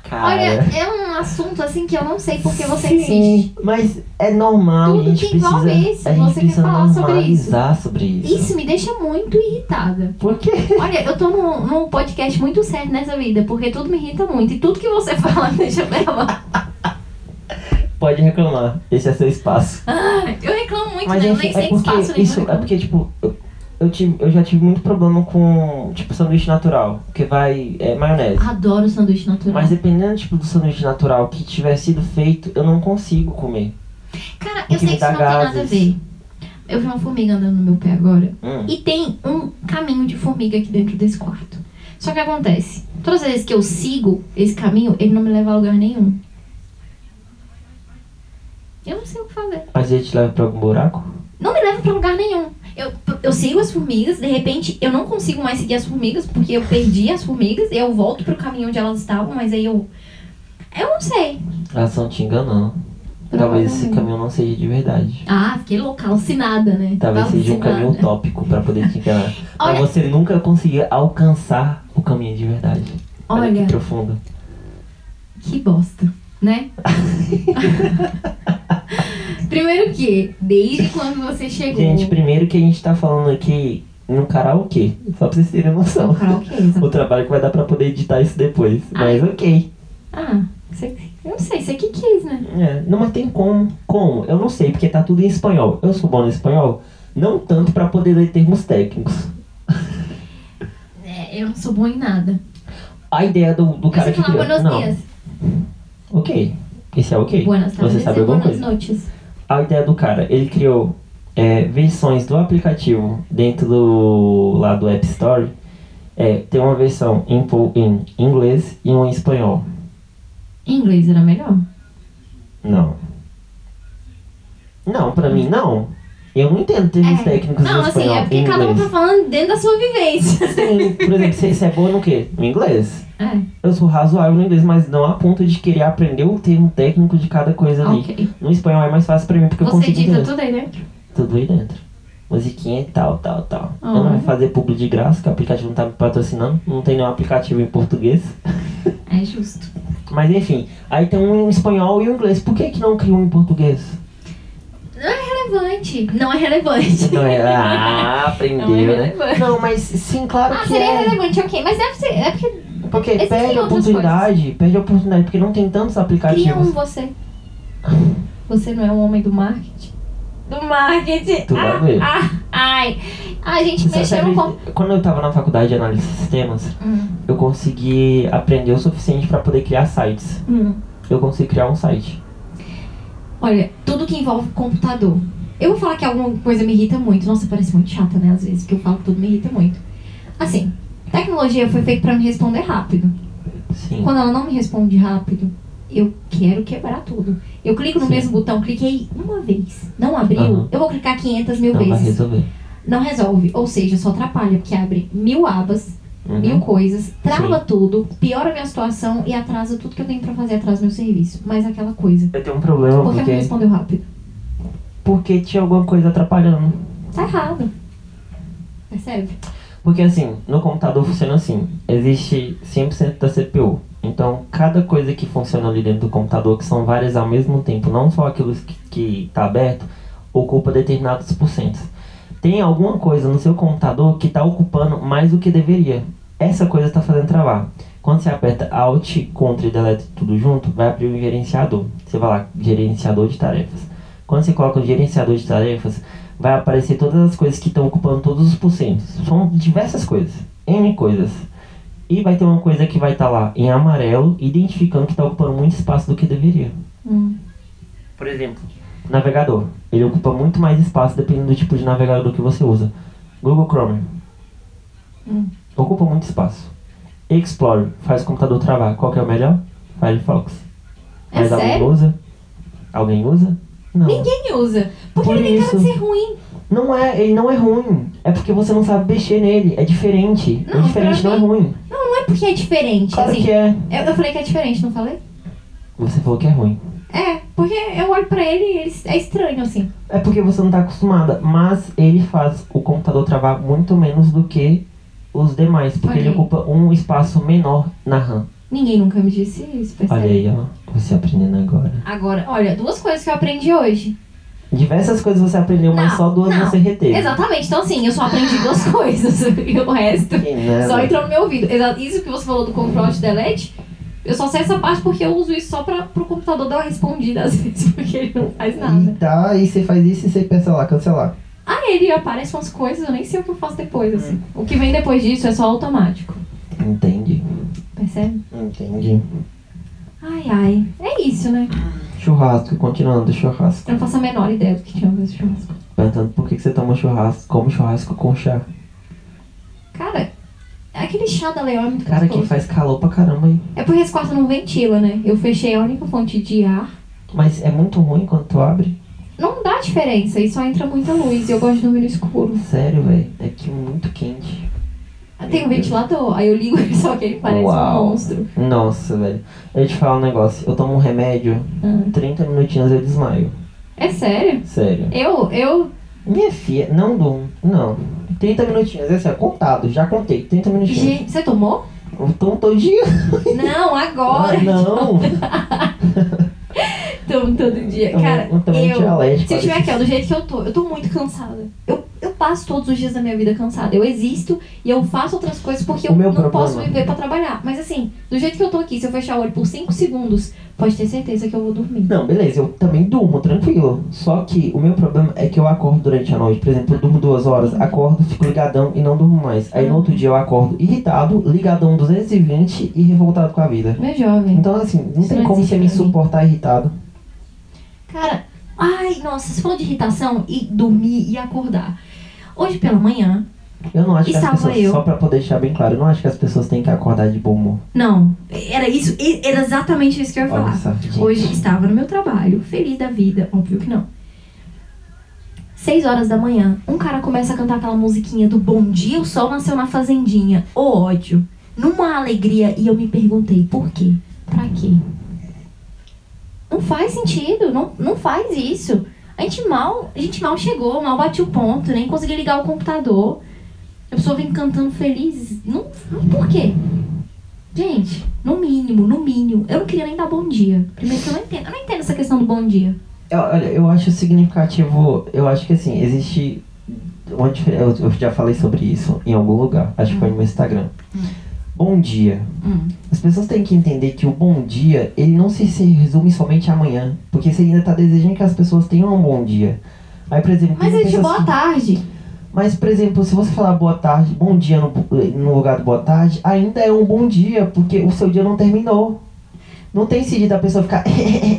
[SPEAKER 2] Cara.
[SPEAKER 1] Olha, é um assunto assim que eu não sei porque você
[SPEAKER 2] Sim,
[SPEAKER 1] insiste.
[SPEAKER 2] Mas é normal,
[SPEAKER 1] Tudo
[SPEAKER 2] a gente
[SPEAKER 1] que envolve
[SPEAKER 2] precisa,
[SPEAKER 1] isso,
[SPEAKER 2] a gente
[SPEAKER 1] você quer
[SPEAKER 2] precisa
[SPEAKER 1] falar sobre
[SPEAKER 2] normalizar sobre isso.
[SPEAKER 1] Isso me deixa muito
[SPEAKER 2] [LAUGHS]
[SPEAKER 1] irritada.
[SPEAKER 2] Por quê?
[SPEAKER 1] Olha, eu tô num, num podcast muito sério nessa vida, porque tudo me irrita muito. E tudo que você [LAUGHS] fala me deixa brava.
[SPEAKER 2] Pode reclamar, esse é seu espaço.
[SPEAKER 1] Eu reclamo muito,
[SPEAKER 2] Mas
[SPEAKER 1] né? Eu
[SPEAKER 2] enfim,
[SPEAKER 1] nem sei
[SPEAKER 2] é porque
[SPEAKER 1] espaço nenhum.
[SPEAKER 2] isso, é porque tipo, eu, eu tive, eu já tive muito problema com tipo sanduíche natural, que vai é, maionese.
[SPEAKER 1] Adoro sanduíche natural.
[SPEAKER 2] Mas dependendo tipo do sanduíche natural que tiver sido feito, eu não consigo comer.
[SPEAKER 1] Cara,
[SPEAKER 2] que
[SPEAKER 1] eu sei
[SPEAKER 2] me
[SPEAKER 1] que isso
[SPEAKER 2] dá
[SPEAKER 1] não tem nada a
[SPEAKER 2] gases.
[SPEAKER 1] ver. Eu vi uma formiga andando no meu pé agora.
[SPEAKER 2] Hum.
[SPEAKER 1] E tem um caminho de formiga aqui dentro desse quarto. Só que acontece, todas as vezes que eu sigo esse caminho, ele não me leva a lugar nenhum. Eu não sei o que fazer.
[SPEAKER 2] Mas ele te leva pra algum buraco?
[SPEAKER 1] Não me leva pra lugar nenhum. Eu, eu sigo as formigas, de repente eu não consigo mais seguir as formigas, porque eu perdi as formigas, e eu volto pro caminho onde elas estavam, mas aí eu. Eu não sei.
[SPEAKER 2] Elas estão te enganando. Talvez esse caminho não seja de verdade.
[SPEAKER 1] Ah, fiquei louca, alucinada, né?
[SPEAKER 2] Talvez
[SPEAKER 1] Tava
[SPEAKER 2] seja um caminho
[SPEAKER 1] alucinada.
[SPEAKER 2] utópico pra poder
[SPEAKER 1] [LAUGHS]
[SPEAKER 2] te enganar. pra
[SPEAKER 1] Olha-
[SPEAKER 2] você nunca conseguir alcançar o caminho de verdade. Olha,
[SPEAKER 1] Olha.
[SPEAKER 2] que profundo.
[SPEAKER 1] Que bosta,
[SPEAKER 2] [LAUGHS]
[SPEAKER 1] né? Primeiro que, desde quando você chegou.
[SPEAKER 2] Gente, primeiro que a gente tá falando aqui no karaokê. Só pra vocês terem noção.
[SPEAKER 1] No Um karaokê, exato.
[SPEAKER 2] [LAUGHS] o trabalho que vai dar pra poder editar isso depois.
[SPEAKER 1] Ai.
[SPEAKER 2] Mas ok.
[SPEAKER 1] Ah, você, eu não sei, você que quis, né?
[SPEAKER 2] É, não, mas tem como. Como? Eu não sei, porque tá tudo em espanhol. Eu sou bom no espanhol, não tanto pra poder ler termos técnicos.
[SPEAKER 1] É, eu não sou boa em nada.
[SPEAKER 2] A ideia do, do
[SPEAKER 1] Eu
[SPEAKER 2] cara
[SPEAKER 1] sei
[SPEAKER 2] que
[SPEAKER 1] falar
[SPEAKER 2] criou...
[SPEAKER 1] buenos
[SPEAKER 2] não.
[SPEAKER 1] dias.
[SPEAKER 2] Ok. Esse é ok.
[SPEAKER 1] Buenas tardes
[SPEAKER 2] Você sabe
[SPEAKER 1] e
[SPEAKER 2] alguma
[SPEAKER 1] buenas
[SPEAKER 2] coisa?
[SPEAKER 1] noites.
[SPEAKER 2] A ideia do cara, ele criou é, versões do aplicativo dentro do lá do App Store. É, tem uma versão em, po- em inglês e uma em espanhol.
[SPEAKER 1] Em inglês era melhor?
[SPEAKER 2] Não. Não, pra mim não. Eu não entendo termos técnicos
[SPEAKER 1] Não,
[SPEAKER 2] em
[SPEAKER 1] assim,
[SPEAKER 2] espanhol.
[SPEAKER 1] é porque
[SPEAKER 2] em
[SPEAKER 1] cada um
[SPEAKER 2] inglês.
[SPEAKER 1] tá falando dentro da sua vivência.
[SPEAKER 2] Sim, por exemplo, você, você é boa no quê? No inglês.
[SPEAKER 1] [LAUGHS] É,
[SPEAKER 2] Eu sou razoável no inglês, mas não a ponto de querer aprender o termo técnico de cada coisa ali.
[SPEAKER 1] ok.
[SPEAKER 2] No espanhol é mais fácil pra mim, porque eu
[SPEAKER 1] Você
[SPEAKER 2] consigo
[SPEAKER 1] edita
[SPEAKER 2] entender
[SPEAKER 1] tudo aí dentro?
[SPEAKER 2] tudo aí dentro. Musiquinha e tal, tal, tal.
[SPEAKER 1] Ah.
[SPEAKER 2] Eu não vou fazer publi de graça, que o aplicativo não tá me patrocinando. Não tem nenhum aplicativo em português.
[SPEAKER 1] É justo.
[SPEAKER 2] Mas enfim, aí tem um em espanhol e um em inglês. Por que que não criou um
[SPEAKER 1] [LAUGHS]
[SPEAKER 2] em português?
[SPEAKER 1] Não é relevante. Não é relevante.
[SPEAKER 2] Não é... Ah, aprendeu,
[SPEAKER 1] Não é
[SPEAKER 2] né?
[SPEAKER 1] relevante.
[SPEAKER 2] Não, mas sim, claro
[SPEAKER 1] Ah,
[SPEAKER 2] que
[SPEAKER 1] seria
[SPEAKER 2] é.
[SPEAKER 1] relevante, ok. Mas deve ser. É porque
[SPEAKER 2] Porque
[SPEAKER 1] Existem
[SPEAKER 2] perde a
[SPEAKER 1] outras
[SPEAKER 2] oportunidade, perde a oportunidade, porque não tem tantos aplicativos.
[SPEAKER 1] Cria um você. Você não é um homem do marketing? Do marketing!
[SPEAKER 2] Tu vai
[SPEAKER 1] ah,
[SPEAKER 2] ver. é
[SPEAKER 1] ah, ai! Ai, gente,
[SPEAKER 2] Você
[SPEAKER 1] mexeu no
[SPEAKER 2] acredita-
[SPEAKER 1] com.
[SPEAKER 2] Quando eu tava na faculdade de análise de sistemas,
[SPEAKER 1] Hum,
[SPEAKER 2] eu consegui aprender o suficiente pra poder criar sites.
[SPEAKER 1] hum.
[SPEAKER 2] Eu consegui criar um site.
[SPEAKER 1] Olha, tudo que envolve computador. Eu vou falar que alguma coisa me irrita muito. Nossa, parece muito chata, né? Às vezes, porque eu falo que tudo me irrita muito. Assim, tecnologia foi feita pra me responder rápido.
[SPEAKER 2] Sim.
[SPEAKER 1] Quando ela não me responde rápido, eu quero quebrar tudo. Eu clico no
[SPEAKER 2] Sim.
[SPEAKER 1] mesmo botão, cliquei uma vez, não abriu,
[SPEAKER 2] Aham.
[SPEAKER 1] eu vou clicar 500 mil
[SPEAKER 2] Não vai
[SPEAKER 1] vezes.
[SPEAKER 2] resolver.
[SPEAKER 1] não resolve, ou seja, só atrapalha, porque abre mil abas,
[SPEAKER 2] Uhum.
[SPEAKER 1] mil coisas, trava tudo, piora a minha situação e atrasa tudo que eu tenho pra fazer, atrasa meu serviço. Mas aquela coisa.
[SPEAKER 2] Eu tenho um problema
[SPEAKER 1] Por que não
[SPEAKER 2] porque...
[SPEAKER 1] respondeu rápido?
[SPEAKER 2] porque tinha alguma coisa atrapalhando.
[SPEAKER 1] Tá errado. Percebe?
[SPEAKER 2] Porque assim, no computador funciona assim: existe 100% da CPU. Então, cada coisa que funciona ali dentro do computador, que são várias ao mesmo tempo, não só aquilo que, que tá aberto, ocupa determinados porcentos. Tem alguma coisa no seu computador que tá ocupando mais do que deveria. Essa coisa tá fazendo travar. Quando você aperta Alt, Ctrl e Delete tudo junto, vai abrir o gerenciador. Você vai lá, gerenciador de tarefas. Quando você coloca o gerenciador de tarefas, vai aparecer todas as coisas que estão ocupando todos os porcentos. São diversas coisas, N coisas. E vai ter uma coisa que vai estar lá em amarelo, identificando que está ocupando muito espaço do que deveria.
[SPEAKER 1] Hum.
[SPEAKER 2] Por exemplo, navegador. Ele ocupa muito mais espaço dependendo do tipo de navegador que você usa. Google Chrome
[SPEAKER 1] Hum.
[SPEAKER 2] ocupa muito espaço. Explorer faz o computador travar. Qual que é o melhor? Firefox.
[SPEAKER 1] É
[SPEAKER 2] Mas alguém
[SPEAKER 1] sério?
[SPEAKER 2] usa? Alguém usa? Não.
[SPEAKER 1] Ninguém usa. Porque
[SPEAKER 2] Por
[SPEAKER 1] ele tem cara de
[SPEAKER 2] isso.
[SPEAKER 1] ser ruim.
[SPEAKER 2] Não é, ele não é ruim. É porque você não sabe mexer nele. É diferente.
[SPEAKER 1] Não,
[SPEAKER 2] o diferente
[SPEAKER 1] pra
[SPEAKER 2] não é
[SPEAKER 1] mim-
[SPEAKER 2] ruim.
[SPEAKER 1] Não, não é porque é diferente.
[SPEAKER 2] Claro
[SPEAKER 1] assim,
[SPEAKER 2] que é.
[SPEAKER 1] eu, eu falei que é diferente, não falei?
[SPEAKER 2] Você falou que é ruim.
[SPEAKER 1] É, porque eu olho pra ele e ele é estranho, assim.
[SPEAKER 2] É porque você não tá acostumada, mas ele faz o computador travar muito menos do que os demais, porque
[SPEAKER 1] Olha
[SPEAKER 2] ele
[SPEAKER 1] aí.
[SPEAKER 2] ocupa um espaço menor na RAM.
[SPEAKER 1] Ninguém nunca me disse isso, percebe?
[SPEAKER 2] Olha aí, ó, você aprendendo agora.
[SPEAKER 1] Agora, olha, duas coisas que eu aprendi hoje.
[SPEAKER 2] Diversas coisas você aprendeu, mas
[SPEAKER 1] Não,
[SPEAKER 2] só duas
[SPEAKER 1] não.
[SPEAKER 2] você reteve.
[SPEAKER 1] Exatamente, então assim, eu só aprendi duas [LAUGHS] coisas e o resto
[SPEAKER 2] Que nada.
[SPEAKER 1] só então entrou no meu ouvido. Exa- Isso que você falou do confront delete, eu só sei essa parte porque eu uso isso só pra, pro computador dar uma respondida [LAUGHS] às vezes, porque ele não faz nada.
[SPEAKER 2] E tá, e você faz isso e você pensa lá, cancelar.
[SPEAKER 1] Aí ele aparece umas coisas, eu nem sei o que eu faço depois, assim.
[SPEAKER 2] Hum.
[SPEAKER 1] O que vem depois disso é só automático,
[SPEAKER 2] Entendi.
[SPEAKER 1] percebe?
[SPEAKER 2] Entendi.
[SPEAKER 1] Ai, ai. É isso, né?
[SPEAKER 2] Churrasco, continuando, churrasco.
[SPEAKER 1] Eu não faço a menor ideia do que tinha nesse churrasco.
[SPEAKER 2] Perguntando por que, que você toma churrasco, como churrasco com chá.
[SPEAKER 1] Cara, aquele chá da Leão é muito
[SPEAKER 2] Cara, que
[SPEAKER 1] gostoso.
[SPEAKER 2] faz calor pra caramba, hein?
[SPEAKER 1] É porque esse quarto não ventila, né? Eu fechei a única fonte de ar.
[SPEAKER 2] Mas é muito ruim quando tu abre.
[SPEAKER 1] Não dá diferença, e só entra muita luz. E eu gosto de dormir no escuro.
[SPEAKER 2] Sério, velho. É que muito quente.
[SPEAKER 1] Tem um ventilador, aí eu ligo [LAUGHS] ele, só que ele parece
[SPEAKER 2] Uau.
[SPEAKER 1] um monstro.
[SPEAKER 2] Nossa, velho. Eu te falo um negócio. Eu tomo um remédio,
[SPEAKER 1] Ah,
[SPEAKER 2] 30 minutinhos eu desmaio.
[SPEAKER 1] É sério?
[SPEAKER 2] Sério.
[SPEAKER 1] Eu, eu
[SPEAKER 2] Minha filha, não durmo. Não. 30 minutinhos, é assim, ó, contado. Já contei. 30 minutinhos.
[SPEAKER 1] Gente, você tomou?
[SPEAKER 2] Eu tomo todo dia.
[SPEAKER 1] Não, agora!
[SPEAKER 2] Ah, não.
[SPEAKER 1] [LAUGHS] Tomo todo dia.
[SPEAKER 2] Eu-
[SPEAKER 1] Cara,
[SPEAKER 2] eu também
[SPEAKER 1] eu.
[SPEAKER 2] tinha alérgico
[SPEAKER 1] Se eu
[SPEAKER 2] a
[SPEAKER 1] tiver
[SPEAKER 2] isso.
[SPEAKER 1] aqui, ó, do jeito que eu tô, eu tô muito cansada. Eu, eu passo todos os dias da minha vida cansada. Eu existo e eu faço outras coisas porque
[SPEAKER 2] O
[SPEAKER 1] eu
[SPEAKER 2] meu
[SPEAKER 1] não posso
[SPEAKER 2] problema-
[SPEAKER 1] viver pra trabalhar. Mas assim, do jeito que eu tô aqui, se eu fechar o olho por 5 segundos, pode ter certeza que eu vou dormir.
[SPEAKER 2] Não, beleza, eu também durmo, tranquilo. Só que o meu problema é que eu acordo durante a noite. Por exemplo, eu durmo duas horas, acordo, fico ligadão e não durmo mais. Aí no outro dia eu acordo irritado, ligadão 220 e revoltado com a vida.
[SPEAKER 1] Meu jovem.
[SPEAKER 2] Então, assim, não
[SPEAKER 1] Isso
[SPEAKER 2] tem
[SPEAKER 1] não
[SPEAKER 2] como
[SPEAKER 1] existe
[SPEAKER 2] você me
[SPEAKER 1] pra mim.
[SPEAKER 2] suportar irritado.
[SPEAKER 1] Cara, ai, nossa, você falou de irritação e dormir e acordar. Hoje pela manhã,
[SPEAKER 2] Eu não acho
[SPEAKER 1] E
[SPEAKER 2] que as
[SPEAKER 1] salva
[SPEAKER 2] pessoas,
[SPEAKER 1] eu.
[SPEAKER 2] só pra poder deixar bem claro, eu não acho que as pessoas têm que acordar de bom humor.
[SPEAKER 1] não, era isso, e- era exatamente isso que eu ia
[SPEAKER 2] Olha
[SPEAKER 1] falar.
[SPEAKER 2] só, gente.
[SPEAKER 1] Hoje estava no meu trabalho, feliz da vida, óbvio que não. Seis horas da manhã, um cara começa a cantar aquela musiquinha do Bom Dia, o Sol Nasceu na Fazendinha. O ódio. Numa alegria, e eu me perguntei, por quê? Pra quê? Não faz sentido, não, não faz isso. A gente mal, a gente mal chegou, mal bati o ponto, nem consegui ligar o computador. A pessoa vem cantando feliz. Não, não- por quê? Gente, no mínimo, no mínimo, eu não queria nem dar bom dia. Primeiro que eu não entendo. Eu não entendo essa questão do bom dia.
[SPEAKER 2] Eu- Olha, eu acho significativo. Eu acho que assim, existe. Uma difer- eu, eu já falei sobre isso em algum lugar. Acho que foi no meu Instagram. Bom dia.
[SPEAKER 1] Hum.
[SPEAKER 2] As pessoas têm que entender que o bom dia, ele não se, se resume somente amanhã. Porque você ainda tá desejando que as pessoas tenham um bom dia. Aí, por exemplo,
[SPEAKER 1] Mas
[SPEAKER 2] tem
[SPEAKER 1] é de
[SPEAKER 2] pessoas-
[SPEAKER 1] boa tarde.
[SPEAKER 2] Mas, por exemplo, se você falar boa tarde, bom dia no, no lugar do boa tarde, ainda é um bom dia, porque o seu dia não terminou. Não tem esse dia da pessoa ficar, [LAUGHS]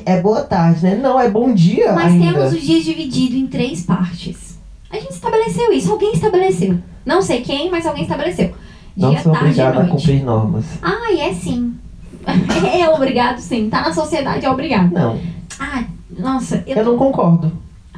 [SPEAKER 2] é boa tarde, né? Não, é bom dia
[SPEAKER 1] Mas
[SPEAKER 2] ainda.
[SPEAKER 1] temos o dia dividido em três partes. A gente estabeleceu isso, alguém estabeleceu. Não sei quem, mas alguém estabeleceu.
[SPEAKER 2] Não
[SPEAKER 1] Dia,
[SPEAKER 2] sou
[SPEAKER 1] tarde e
[SPEAKER 2] obrigado a
[SPEAKER 1] noite.
[SPEAKER 2] cumprir normas.
[SPEAKER 1] Ah, é sim. [LAUGHS] é obrigado sim. Tá na sociedade, é obrigado.
[SPEAKER 2] Não,
[SPEAKER 1] Ah, nossa, eu,
[SPEAKER 2] eu não concordo.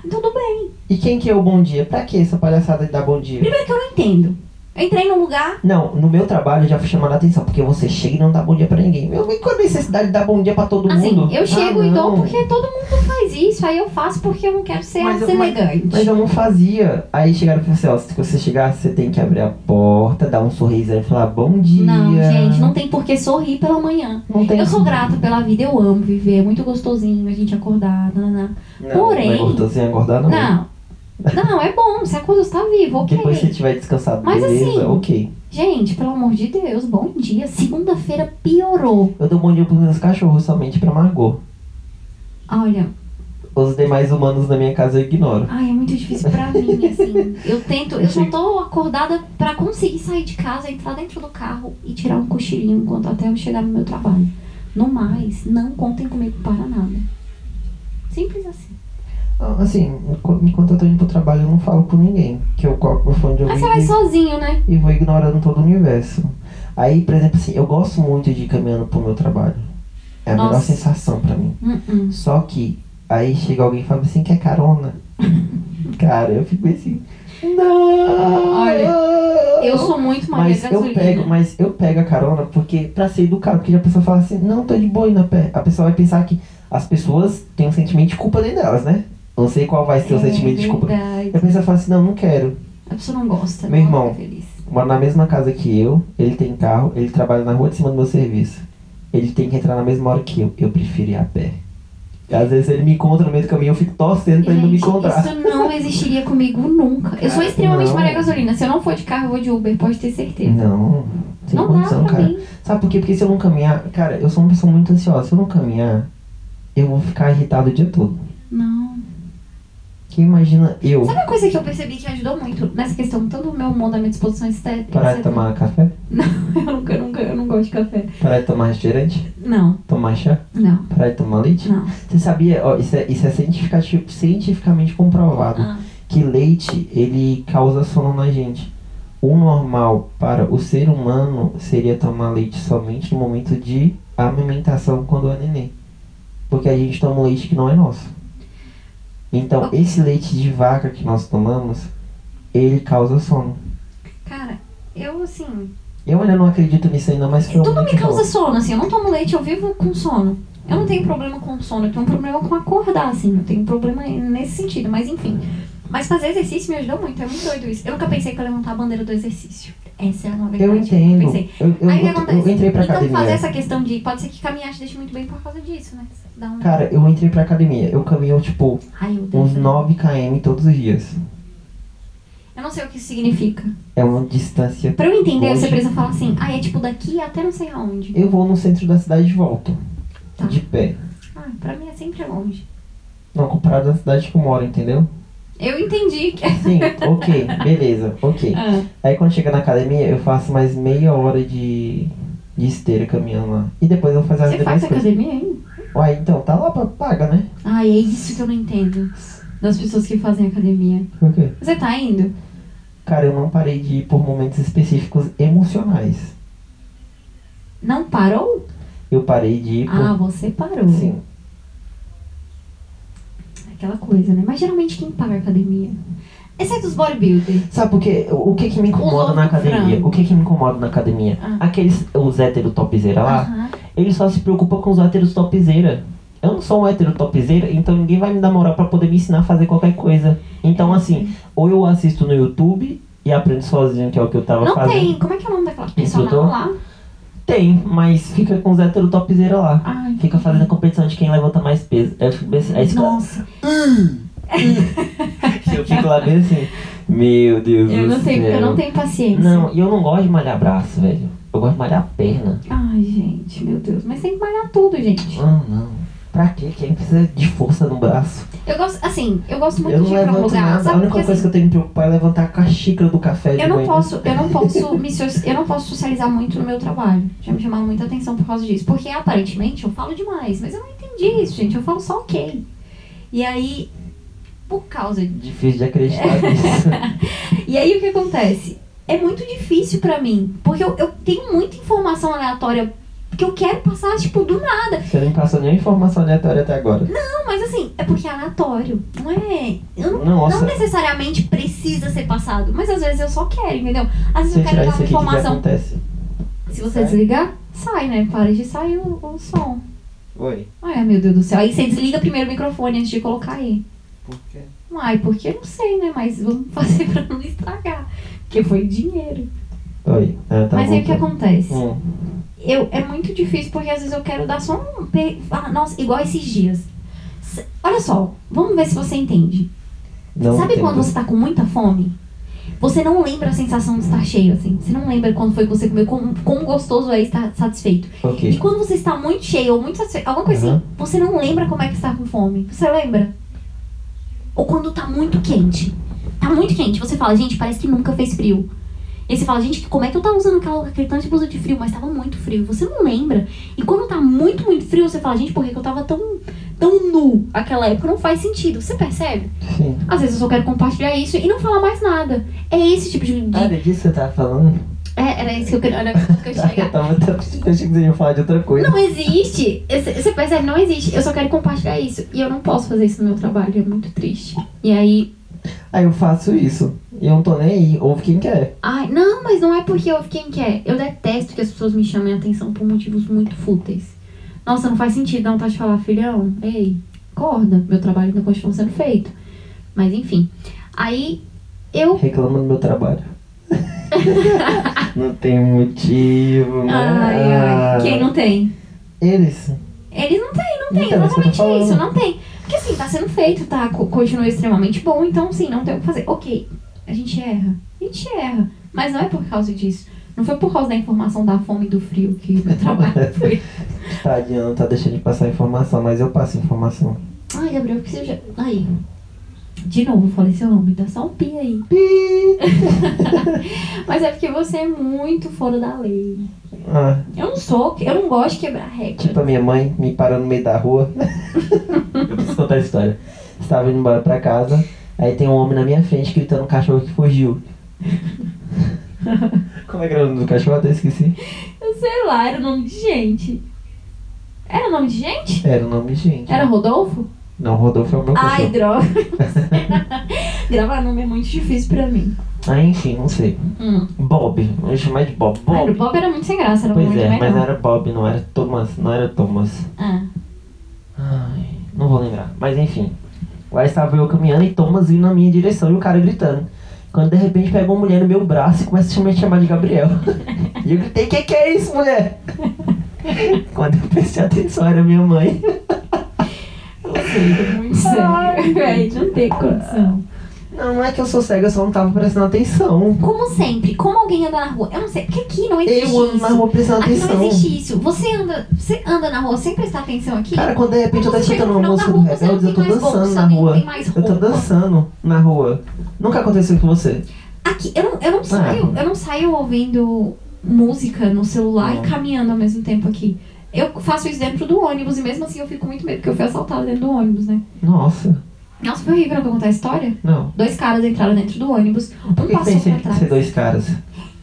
[SPEAKER 1] tudo bem.
[SPEAKER 2] E quem que é o bom dia? Pra que essa palhaçada de dar bom dia?
[SPEAKER 1] Primeiro que eu não entendo. Eu entrei num lugar.
[SPEAKER 2] Não, no meu trabalho eu já fui chamando a atenção, porque você chega e não dá bom dia pra ninguém. Meu, e qual a necessidade de dar bom dia pra todo
[SPEAKER 1] Assim,
[SPEAKER 2] mundo?
[SPEAKER 1] eu chego
[SPEAKER 2] Ah,
[SPEAKER 1] e dou
[SPEAKER 2] não.
[SPEAKER 1] porque todo mundo faz isso, aí eu faço porque eu não quero ser
[SPEAKER 2] Mas eu- mas-
[SPEAKER 1] elegante.
[SPEAKER 2] Mas eu não fazia. Aí chegaram e falaram assim, ó, se você chegar, você tem que abrir a porta, dar um sorriso aí e falar bom dia.
[SPEAKER 1] Não, gente, não tem por que sorrir pela manhã.
[SPEAKER 2] Não tem.
[SPEAKER 1] Eu sou grata pela vida, eu amo viver, é muito gostosinho a gente acordar. Nananá.
[SPEAKER 2] não,
[SPEAKER 1] porém-
[SPEAKER 2] Não é gostoso sem acordar, não.
[SPEAKER 1] Não. Não, é bom, você acorda, você tá vivo, ok.
[SPEAKER 2] Depois que você tiver descansado,
[SPEAKER 1] Mas
[SPEAKER 2] beleza,
[SPEAKER 1] assim,
[SPEAKER 2] ok.
[SPEAKER 1] Gente, pelo amor de Deus, bom dia. Segunda-feira piorou.
[SPEAKER 2] Eu dou bom dia pros meus cachorros somente pra Margot.
[SPEAKER 1] Olha,
[SPEAKER 2] Os demais humanos da minha casa eu ignoro.
[SPEAKER 1] ai, é muito difícil pra mim, assim. Eu tento, eu só tô acordada pra conseguir sair de casa, entrar dentro do carro e tirar um cochilinho enquanto até eu chegar no meu trabalho. No mais, não contem comigo para nada. Simples assim.
[SPEAKER 2] Ah, Assim, enqu- enquanto eu tô indo pro trabalho, eu não falo com ninguém. Que eu coloco meu fone de
[SPEAKER 1] Mas
[SPEAKER 2] ouvido
[SPEAKER 1] você vai
[SPEAKER 2] e-
[SPEAKER 1] sozinho, né?
[SPEAKER 2] e vou ignorando todo o universo. Aí, por exemplo, assim, eu gosto muito de ir caminhando pro meu trabalho. É a
[SPEAKER 1] Nossa.
[SPEAKER 2] melhor sensação pra mim.
[SPEAKER 1] Uh-uh.
[SPEAKER 2] Só que aí chega alguém e fala assim que
[SPEAKER 1] [LAUGHS]
[SPEAKER 2] é carona. Cara, eu fico assim. Não!
[SPEAKER 1] Olha, Eu sou muito Maria
[SPEAKER 2] mas eu
[SPEAKER 1] Gasolina.
[SPEAKER 2] pego, mas eu pego a carona porque pra ser educado, porque a pessoa fala assim, não, tô de boa indo a pé. A pessoa vai pensar que as pessoas têm um sentimento de culpa dentro delas, né? Não sei qual vai ser o sentimento de culpa.
[SPEAKER 1] É verdade.
[SPEAKER 2] E a pessoa fala assim, não, não quero.
[SPEAKER 1] A pessoa não gosta.
[SPEAKER 2] Meu
[SPEAKER 1] não
[SPEAKER 2] irmão.
[SPEAKER 1] fica Feliz.
[SPEAKER 2] mora na mesma casa que eu, ele tem carro, ele trabalha na rua de cima do meu serviço. Ele tem que entrar na mesma hora que eu. Eu prefiro ir a pé. E às vezes ele me encontra no meio do caminho, eu fico torcendo pra ele não me
[SPEAKER 1] Gente,
[SPEAKER 2] encontrar.
[SPEAKER 1] isso
[SPEAKER 2] [LAUGHS]
[SPEAKER 1] não existiria comigo nunca. Eu sou
[SPEAKER 2] Cara,
[SPEAKER 1] extremamente
[SPEAKER 2] não.
[SPEAKER 1] Maria Gasolina. Se eu não for de carro, eu vou de Uber, pode ter certeza.
[SPEAKER 2] Não, sem
[SPEAKER 1] Não dá
[SPEAKER 2] condição,
[SPEAKER 1] pra
[SPEAKER 2] cara.
[SPEAKER 1] mim.
[SPEAKER 2] Sabe por quê? Porque se eu não caminhar, cara, eu sou uma pessoa muito ansiosa. Se eu não caminhar, eu vou ficar irritado o dia todo.
[SPEAKER 1] Não.
[SPEAKER 2] Quem imagina eu
[SPEAKER 1] Sabe uma coisa que eu percebi que ajudou muito nessa questão, tanto o meu humor da minha disposição é estética?
[SPEAKER 2] parar de tomar café?
[SPEAKER 1] [LAUGHS] Não, eu nunca, eu nunca, eu não gosto de café.
[SPEAKER 2] Parar de tomar refrigerante?
[SPEAKER 1] Não,
[SPEAKER 2] Tomar chá?
[SPEAKER 1] não,
[SPEAKER 2] Parar de tomar leite?
[SPEAKER 1] não.
[SPEAKER 2] Você sabia, ó, isso é, isso é cientificati- cientificamente comprovado.
[SPEAKER 1] Ah,
[SPEAKER 2] que leite ele causa sono na gente. O normal para o ser humano seria tomar leite somente no momento de amamentação quando é neném. Porque a gente toma um leite que não é nosso. Então, esse leite de vaca que nós tomamos, ele causa sono.
[SPEAKER 1] cara, eu assim.
[SPEAKER 2] Eu ainda não acredito nisso ainda, mas foi um
[SPEAKER 1] Tudo me
[SPEAKER 2] momento bom.
[SPEAKER 1] causa sono, assim. Eu não tomo leite, eu vivo com sono. Eu não tenho problema com sono, eu tenho um problema com acordar, assim. Eu tenho problema nesse sentido, mas enfim. Mas fazer exercício me ajudou muito, é muito doido isso. Eu nunca pensei que eu ia levantar a bandeira do exercício. Essa é uma verdade.
[SPEAKER 2] Eu
[SPEAKER 1] nunca
[SPEAKER 2] entendo.
[SPEAKER 1] pensei.
[SPEAKER 2] Eu, eu,
[SPEAKER 1] Aí o que
[SPEAKER 2] eu- eu
[SPEAKER 1] acontece?
[SPEAKER 2] entrei pra
[SPEAKER 1] então
[SPEAKER 2] academia.
[SPEAKER 1] fazer essa questão de. Pode ser que caminhar te deixe muito bem por causa disso, né? Dá um.
[SPEAKER 2] Cara, eu entrei pra academia. Eu caminho, tipo,
[SPEAKER 1] Ai, né? eu odeio
[SPEAKER 2] uns
[SPEAKER 1] isso.
[SPEAKER 2] 9 km todos os dias.
[SPEAKER 1] Eu não sei o que isso significa.
[SPEAKER 2] É uma distância
[SPEAKER 1] Pra eu entender, você
[SPEAKER 2] Hoje-
[SPEAKER 1] precisa falar assim, ah, é tipo daqui até não sei aonde.
[SPEAKER 2] Eu vou no centro da cidade e volto.
[SPEAKER 1] Tá.
[SPEAKER 2] De pé.
[SPEAKER 1] Ah, pra mim é sempre longe.
[SPEAKER 2] Não, comparado à cidade que eu moro, entendeu?
[SPEAKER 1] Eu entendi
[SPEAKER 2] [LAUGHS]
[SPEAKER 1] que. [LAUGHS]
[SPEAKER 2] Sim, ok, beleza, ok.
[SPEAKER 1] Ah,
[SPEAKER 2] Aí quando chega na academia, eu faço mais meia hora de, de esteira caminhando lá. E depois eu vou fazer as
[SPEAKER 1] você faz
[SPEAKER 2] demais coisas.
[SPEAKER 1] academia ainda?
[SPEAKER 2] Uai, então, tá lá pra paga, né?
[SPEAKER 1] Ai, é isso que eu não entendo das pessoas que fazem academia.
[SPEAKER 2] Por quê?
[SPEAKER 1] Você tá indo?
[SPEAKER 2] Cara, eu não parei de ir por momentos específicos emocionais.
[SPEAKER 1] Não parou?
[SPEAKER 2] Eu parei de ir
[SPEAKER 1] Ah,
[SPEAKER 2] por.
[SPEAKER 1] você parou.
[SPEAKER 2] Sim.
[SPEAKER 1] Aquela coisa, né? Mas geralmente quem paga a academia? Exceto os bodybuilder.
[SPEAKER 2] Sabe por quê? O o que que me incomoda
[SPEAKER 1] ovos
[SPEAKER 2] na
[SPEAKER 1] do
[SPEAKER 2] academia?
[SPEAKER 1] frango.
[SPEAKER 2] O que que me incomoda na academia?
[SPEAKER 1] Ah.
[SPEAKER 2] Aqueles, os hétero topzera lá,
[SPEAKER 1] Aham.
[SPEAKER 2] ele só se preocupa com os héteros topzeira. Eu não sou um hétero topzeira, então ninguém vai me dar moral pra poder me ensinar a fazer qualquer coisa.
[SPEAKER 1] É.
[SPEAKER 2] Então, assim, ou eu assisto no YouTube e aprendo sozinho, que é o que eu tava
[SPEAKER 1] Não
[SPEAKER 2] fazendo.
[SPEAKER 1] tem. Como é que é o nome daquela
[SPEAKER 2] Instrutor?
[SPEAKER 1] personal lá?
[SPEAKER 2] Tem. mas fica com os hétero topzeira lá.
[SPEAKER 1] Ai,
[SPEAKER 2] Fica fazendo competição de quem levanta mais peso. Aí Eu fico bem assim, aí fica-
[SPEAKER 1] Nossa,
[SPEAKER 2] [LAUGHS] eu fico lá bem assim, meu Deus
[SPEAKER 1] eu
[SPEAKER 2] do
[SPEAKER 1] não tenho,
[SPEAKER 2] céu.
[SPEAKER 1] eu não tenho paciência.
[SPEAKER 2] Não, e eu não gosto de malhar braço, velho. Eu gosto de malhar perna.
[SPEAKER 1] Ai, gente, meu Deus. Mas tem que malhar tudo, gente.
[SPEAKER 2] Ah, não. Pra quê? Quem precisa de força no braço?
[SPEAKER 1] Eu gosto, assim, eu gosto muito
[SPEAKER 2] eu não
[SPEAKER 1] de ir pra um
[SPEAKER 2] levanto
[SPEAKER 1] lugar,
[SPEAKER 2] nada. A
[SPEAKER 1] sabe?
[SPEAKER 2] única
[SPEAKER 1] Porque
[SPEAKER 2] coisa
[SPEAKER 1] assim,
[SPEAKER 2] que eu tenho que me preocupar é levantar com a xícara do café de
[SPEAKER 1] eu não
[SPEAKER 2] manhã.
[SPEAKER 1] posso, eu não posso me so- eu não posso socializar muito no meu trabalho. Já me chamaram muita atenção por causa disso, porque aparentemente eu falo demais, mas eu não entendi isso, gente. Eu falo só ok. E aí por causa de...
[SPEAKER 2] Difícil de
[SPEAKER 1] [LAUGHS]
[SPEAKER 2] acreditar nisso.
[SPEAKER 1] E aí o que acontece? É muito difícil pra mim, porque eu, eu tenho muita informação aleatória que eu quero passar tipo do nada.
[SPEAKER 2] Você não me passou nenhuma informação aleatória até agora.
[SPEAKER 1] Não, mas assim, é porque é aleatório. Não é. Eu não,
[SPEAKER 2] Nossa.
[SPEAKER 1] não necessariamente precisa ser passado, mas às vezes eu só quero, entendeu? Às vezes
[SPEAKER 2] Se eu
[SPEAKER 1] eu quero
[SPEAKER 2] tirar
[SPEAKER 1] dar uma
[SPEAKER 2] isso aqui, o que
[SPEAKER 1] informação.
[SPEAKER 2] acontece?
[SPEAKER 1] Se você
[SPEAKER 2] Sai.
[SPEAKER 1] desligar, sai, né? Para de sair o, o som.
[SPEAKER 2] Oi.
[SPEAKER 1] Ai, meu Deus do céu. Aí você desliga primeiro o microfone antes de colocar aí.
[SPEAKER 2] Por quê?
[SPEAKER 1] Ai, porque não sei, né? Mas vamos [LAUGHS] fazer pra não estragar. Porque foi dinheiro.
[SPEAKER 2] Oi. Ah, tá
[SPEAKER 1] mas aí o que
[SPEAKER 2] voltando.
[SPEAKER 1] acontece?
[SPEAKER 2] Hum.
[SPEAKER 1] eu, é muito difícil porque às vezes eu quero dar só um. pe- Ah, nossa, igual esses dias. S- Olha só, vamos ver se você entende.
[SPEAKER 2] Não
[SPEAKER 1] Sabe
[SPEAKER 2] entendo.
[SPEAKER 1] quando você tá com muita fome? Você não lembra a sensação de estar cheio, assim. Você não lembra quando foi que você comeu, quão, quão gostoso é estar satisfeito. E
[SPEAKER 2] Ok.
[SPEAKER 1] quando você está muito cheio ou muito satisfeito, alguma coisa
[SPEAKER 2] Aham.
[SPEAKER 1] assim, você não lembra como é que está com fome. Você lembra? Ou quando tá muito quente. Tá muito quente. Você fala, gente, parece que nunca fez frio. E aí você fala, gente, como é que eu tava usando aquela, aquele tanto de blusa de frio? Mas tava muito frio. Você não lembra. E quando tá muito, muito frio, você fala, gente, por que que eu tava tão, tão nu aquela época? Não faz sentido. Você percebe?
[SPEAKER 2] Sim.
[SPEAKER 1] Às vezes eu só quero compartilhar isso e não falar mais nada. É esse tipo de. de-
[SPEAKER 2] Ah, Era disso que você tava falando?
[SPEAKER 1] É, era isso que eu queria. Era isso que eu ia
[SPEAKER 2] Ah,
[SPEAKER 1] chegar.
[SPEAKER 2] Eu tava eu achei que você ia falar de outra coisa.
[SPEAKER 1] Não existe. Esse- Você percebe? Não existe. Eu só quero compartilhar isso. E eu não posso fazer isso no meu trabalho. É muito triste. E aí.
[SPEAKER 2] Aí eu faço isso. E eu não tô nem aí. Ouve quem quer.
[SPEAKER 1] Ai, não, mas não é porque eu quem quer. Eu detesto que as pessoas me chamem a atenção por motivos muito fúteis. Nossa, não faz sentido. Não tá de falar, filhão, ei, acorda. Meu trabalho ainda continua sendo feito. Mas enfim. Aí eu.
[SPEAKER 2] Reclama do meu
[SPEAKER 1] [LAUGHS]
[SPEAKER 2] trabalho. não tem motivo, né?
[SPEAKER 1] Ai,
[SPEAKER 2] Ah,
[SPEAKER 1] ai. Quem não tem?
[SPEAKER 2] Eles.
[SPEAKER 1] Eles não têm, não têm,
[SPEAKER 2] Então, é isso que eu tô
[SPEAKER 1] exatamente
[SPEAKER 2] falando.
[SPEAKER 1] isso, não tem. Porque assim, tá sendo feito, tá? co- Continua extremamente bom, então assim, não tem o que fazer. Ok, a gente erra. A gente erra. Mas não é por causa disso. Não foi por causa da informação da fome e do frio que o meu trabalho foi.
[SPEAKER 2] Tadinha, não tá deixando de passar informação, mas eu passo informação.
[SPEAKER 1] Ai, Gabriel, que você já. Aí. De novo, falei seu nome, dá só um pi aí.
[SPEAKER 2] Pi!
[SPEAKER 1] Mas é porque você é muito fora da lei.
[SPEAKER 2] Ah,
[SPEAKER 1] Eu não sou, eu não gosto de quebrar regra.
[SPEAKER 2] tipo a minha mãe me parando no meio da rua. [LAUGHS] eu preciso contar a história. Estava indo embora pra casa, aí tem um homem na minha frente gritando um cachorro
[SPEAKER 1] [LAUGHS]
[SPEAKER 2] que fugiu. Como é que era o nome do cachorro? Até esqueci.
[SPEAKER 1] Eu sei lá, era nome de gente. Era nome de gente?
[SPEAKER 2] Era o nome de gente.
[SPEAKER 1] Era Rodolfo?
[SPEAKER 2] Não, Rodolfo é o meu
[SPEAKER 1] Ai,
[SPEAKER 2] cachorro.
[SPEAKER 1] droga. [LAUGHS] Gravar nome é muito difícil pra mim.
[SPEAKER 2] Ah, enfim, não sei.
[SPEAKER 1] Hum.
[SPEAKER 2] Bob, vamos chamar de Bob.
[SPEAKER 1] Ai, o
[SPEAKER 2] Bob.
[SPEAKER 1] Bob era muito sem graça, era
[SPEAKER 2] Pois
[SPEAKER 1] muito
[SPEAKER 2] é,
[SPEAKER 1] melhor.
[SPEAKER 2] mas era Bob, não era Thomas, não era Thomas.
[SPEAKER 1] Ah.
[SPEAKER 2] Ai, não vou lembrar. Mas enfim. Lá estava eu caminhando e Thomas vindo na minha direção e o cara gritando. Quando de repente pega uma mulher no meu braço e começa a me chamar de Gabriel. e eu gritei, que que é isso, mulher?
[SPEAKER 1] [LAUGHS]
[SPEAKER 2] Quando eu prestei atenção era minha mãe.
[SPEAKER 1] Sério, muito
[SPEAKER 2] Ai,
[SPEAKER 1] sério. Véi, [LAUGHS] não tem condição.
[SPEAKER 2] Não, não é que eu sou cega, eu só não tava prestando atenção.
[SPEAKER 1] Como sempre, como alguém anda na rua? Eu não sei, porque aqui não existe
[SPEAKER 2] Eu ando
[SPEAKER 1] isso.
[SPEAKER 2] na rua prestando
[SPEAKER 1] Aqui não
[SPEAKER 2] atenção.
[SPEAKER 1] existe isso. Você anda, você anda na rua sem prestar atenção aqui?
[SPEAKER 2] Cara, quando de repente eu tô
[SPEAKER 1] Você chega
[SPEAKER 2] escutando
[SPEAKER 1] no
[SPEAKER 2] uma
[SPEAKER 1] final da
[SPEAKER 2] música
[SPEAKER 1] rua,
[SPEAKER 2] do
[SPEAKER 1] você
[SPEAKER 2] Rebeldes,
[SPEAKER 1] não
[SPEAKER 2] eu tô
[SPEAKER 1] tem mais bolsa,
[SPEAKER 2] dançando na
[SPEAKER 1] nem
[SPEAKER 2] rua.
[SPEAKER 1] tem mais
[SPEAKER 2] Eu tô
[SPEAKER 1] roupa.
[SPEAKER 2] dançando na rua. Nunca aconteceu com você.
[SPEAKER 1] Aqui, eu não, eu
[SPEAKER 2] Tá.
[SPEAKER 1] não saio, eu não saio ouvindo música no celular
[SPEAKER 2] Não.
[SPEAKER 1] e caminhando ao mesmo tempo aqui. Eu faço isso dentro do ônibus e mesmo assim eu fico muito medo, porque eu fui assaltada dentro do ônibus, né?
[SPEAKER 2] Nossa,
[SPEAKER 1] Nossa, foi horrível pra eu contar a história.
[SPEAKER 2] não.
[SPEAKER 1] Dois caras entraram dentro do ônibus, um
[SPEAKER 2] Por que, que
[SPEAKER 1] passou
[SPEAKER 2] tem
[SPEAKER 1] pra
[SPEAKER 2] sempre que
[SPEAKER 1] trás.
[SPEAKER 2] ser dois caras?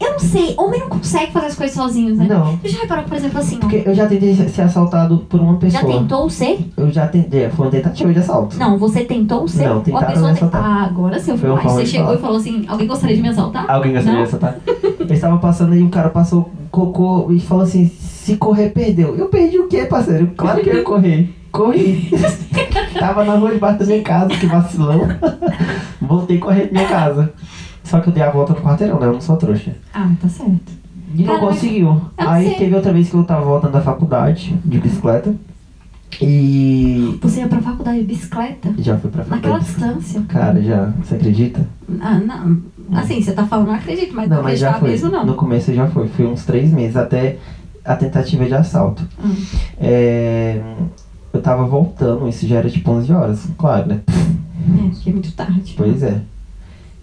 [SPEAKER 1] Eu não sei, homem não consegue fazer as coisas sozinhos, né?
[SPEAKER 2] Não.
[SPEAKER 1] Você já reparou, por exemplo, assim, ó.
[SPEAKER 2] Porque eu já tentei ser ser assaltado por uma
[SPEAKER 1] já
[SPEAKER 2] pessoa.
[SPEAKER 1] tentou ser?
[SPEAKER 2] eu já tentei. é, Foi uma tentativa de assalto.
[SPEAKER 1] Não, você tentou ser?
[SPEAKER 2] Não,
[SPEAKER 1] Ou a
[SPEAKER 2] tentaram
[SPEAKER 1] pessoa
[SPEAKER 2] me
[SPEAKER 1] te-
[SPEAKER 2] assaltar.
[SPEAKER 1] Ah, agora sim, eu fui
[SPEAKER 2] Foi uma
[SPEAKER 1] mais.
[SPEAKER 2] forma
[SPEAKER 1] Você
[SPEAKER 2] de
[SPEAKER 1] chegou
[SPEAKER 2] falar.
[SPEAKER 1] e falou assim, alguém gostaria de me assaltar?
[SPEAKER 2] Alguém gostaria
[SPEAKER 1] Não?
[SPEAKER 2] de assaltar? [LAUGHS] Eu estava passando e um cara passou, cocô e falou assim: se correr, perdeu. Eu perdi o quê, parceiro? Claro que eu ia correr. Corri. [LAUGHS] Tava na rua debaixo da minha casa, que vacilão. [LAUGHS] Voltei correndo pra minha casa. Só que eu dei a volta no quarteirão, né? Eu não sou trouxa.
[SPEAKER 1] Ah, tá certo.
[SPEAKER 2] E não
[SPEAKER 1] Cara, mas-
[SPEAKER 2] conseguiu.
[SPEAKER 1] Eu
[SPEAKER 2] Aí
[SPEAKER 1] sei.
[SPEAKER 2] teve outra vez que eu tava voltando da faculdade de bicicleta. E.
[SPEAKER 1] Você ia pra faculdade de bicicleta?
[SPEAKER 2] Já fui pra faculdade.
[SPEAKER 1] Naquela distância?
[SPEAKER 2] Cara, já. Você acredita?
[SPEAKER 1] Ah, não. Assim, você tá falando, não acredito, mas não,
[SPEAKER 2] Não, mas já
[SPEAKER 1] acreditava
[SPEAKER 2] foi.
[SPEAKER 1] mesmo, não.
[SPEAKER 2] No começo já foi. Foi uns três meses até a tentativa de assalto.
[SPEAKER 1] Hum.
[SPEAKER 2] É, Eu tava voltando, isso já era tipo 11 horas, claro,
[SPEAKER 1] [LAUGHS]
[SPEAKER 2] né?
[SPEAKER 1] É, porque é muito tarde.
[SPEAKER 2] Pois é.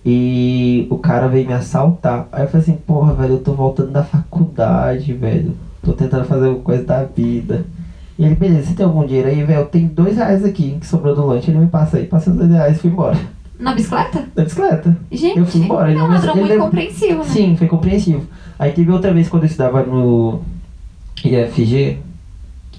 [SPEAKER 2] E o cara veio me assaltar. Aí eu falei assim, porra, velho, eu tô voltando da faculdade, velho. Tô tentando fazer alguma coisa da vida. E ele, beleza, você tem algum dinheiro aí, velho? Eu tenho dois reais aqui que sobrou do lanche. Ele me passa aí, passei os dois reais e fui embora. [LAUGHS]
[SPEAKER 1] Na bicicleta?
[SPEAKER 2] Da bicicleta.
[SPEAKER 1] Gente,
[SPEAKER 2] Eu fui embora, ele
[SPEAKER 1] é um
[SPEAKER 2] não-
[SPEAKER 1] ladrão
[SPEAKER 2] ele
[SPEAKER 1] muito
[SPEAKER 2] deve-
[SPEAKER 1] compreensivo, né?
[SPEAKER 2] Sim, foi compreensivo. Aí teve outra vez quando eu estudava no IFG,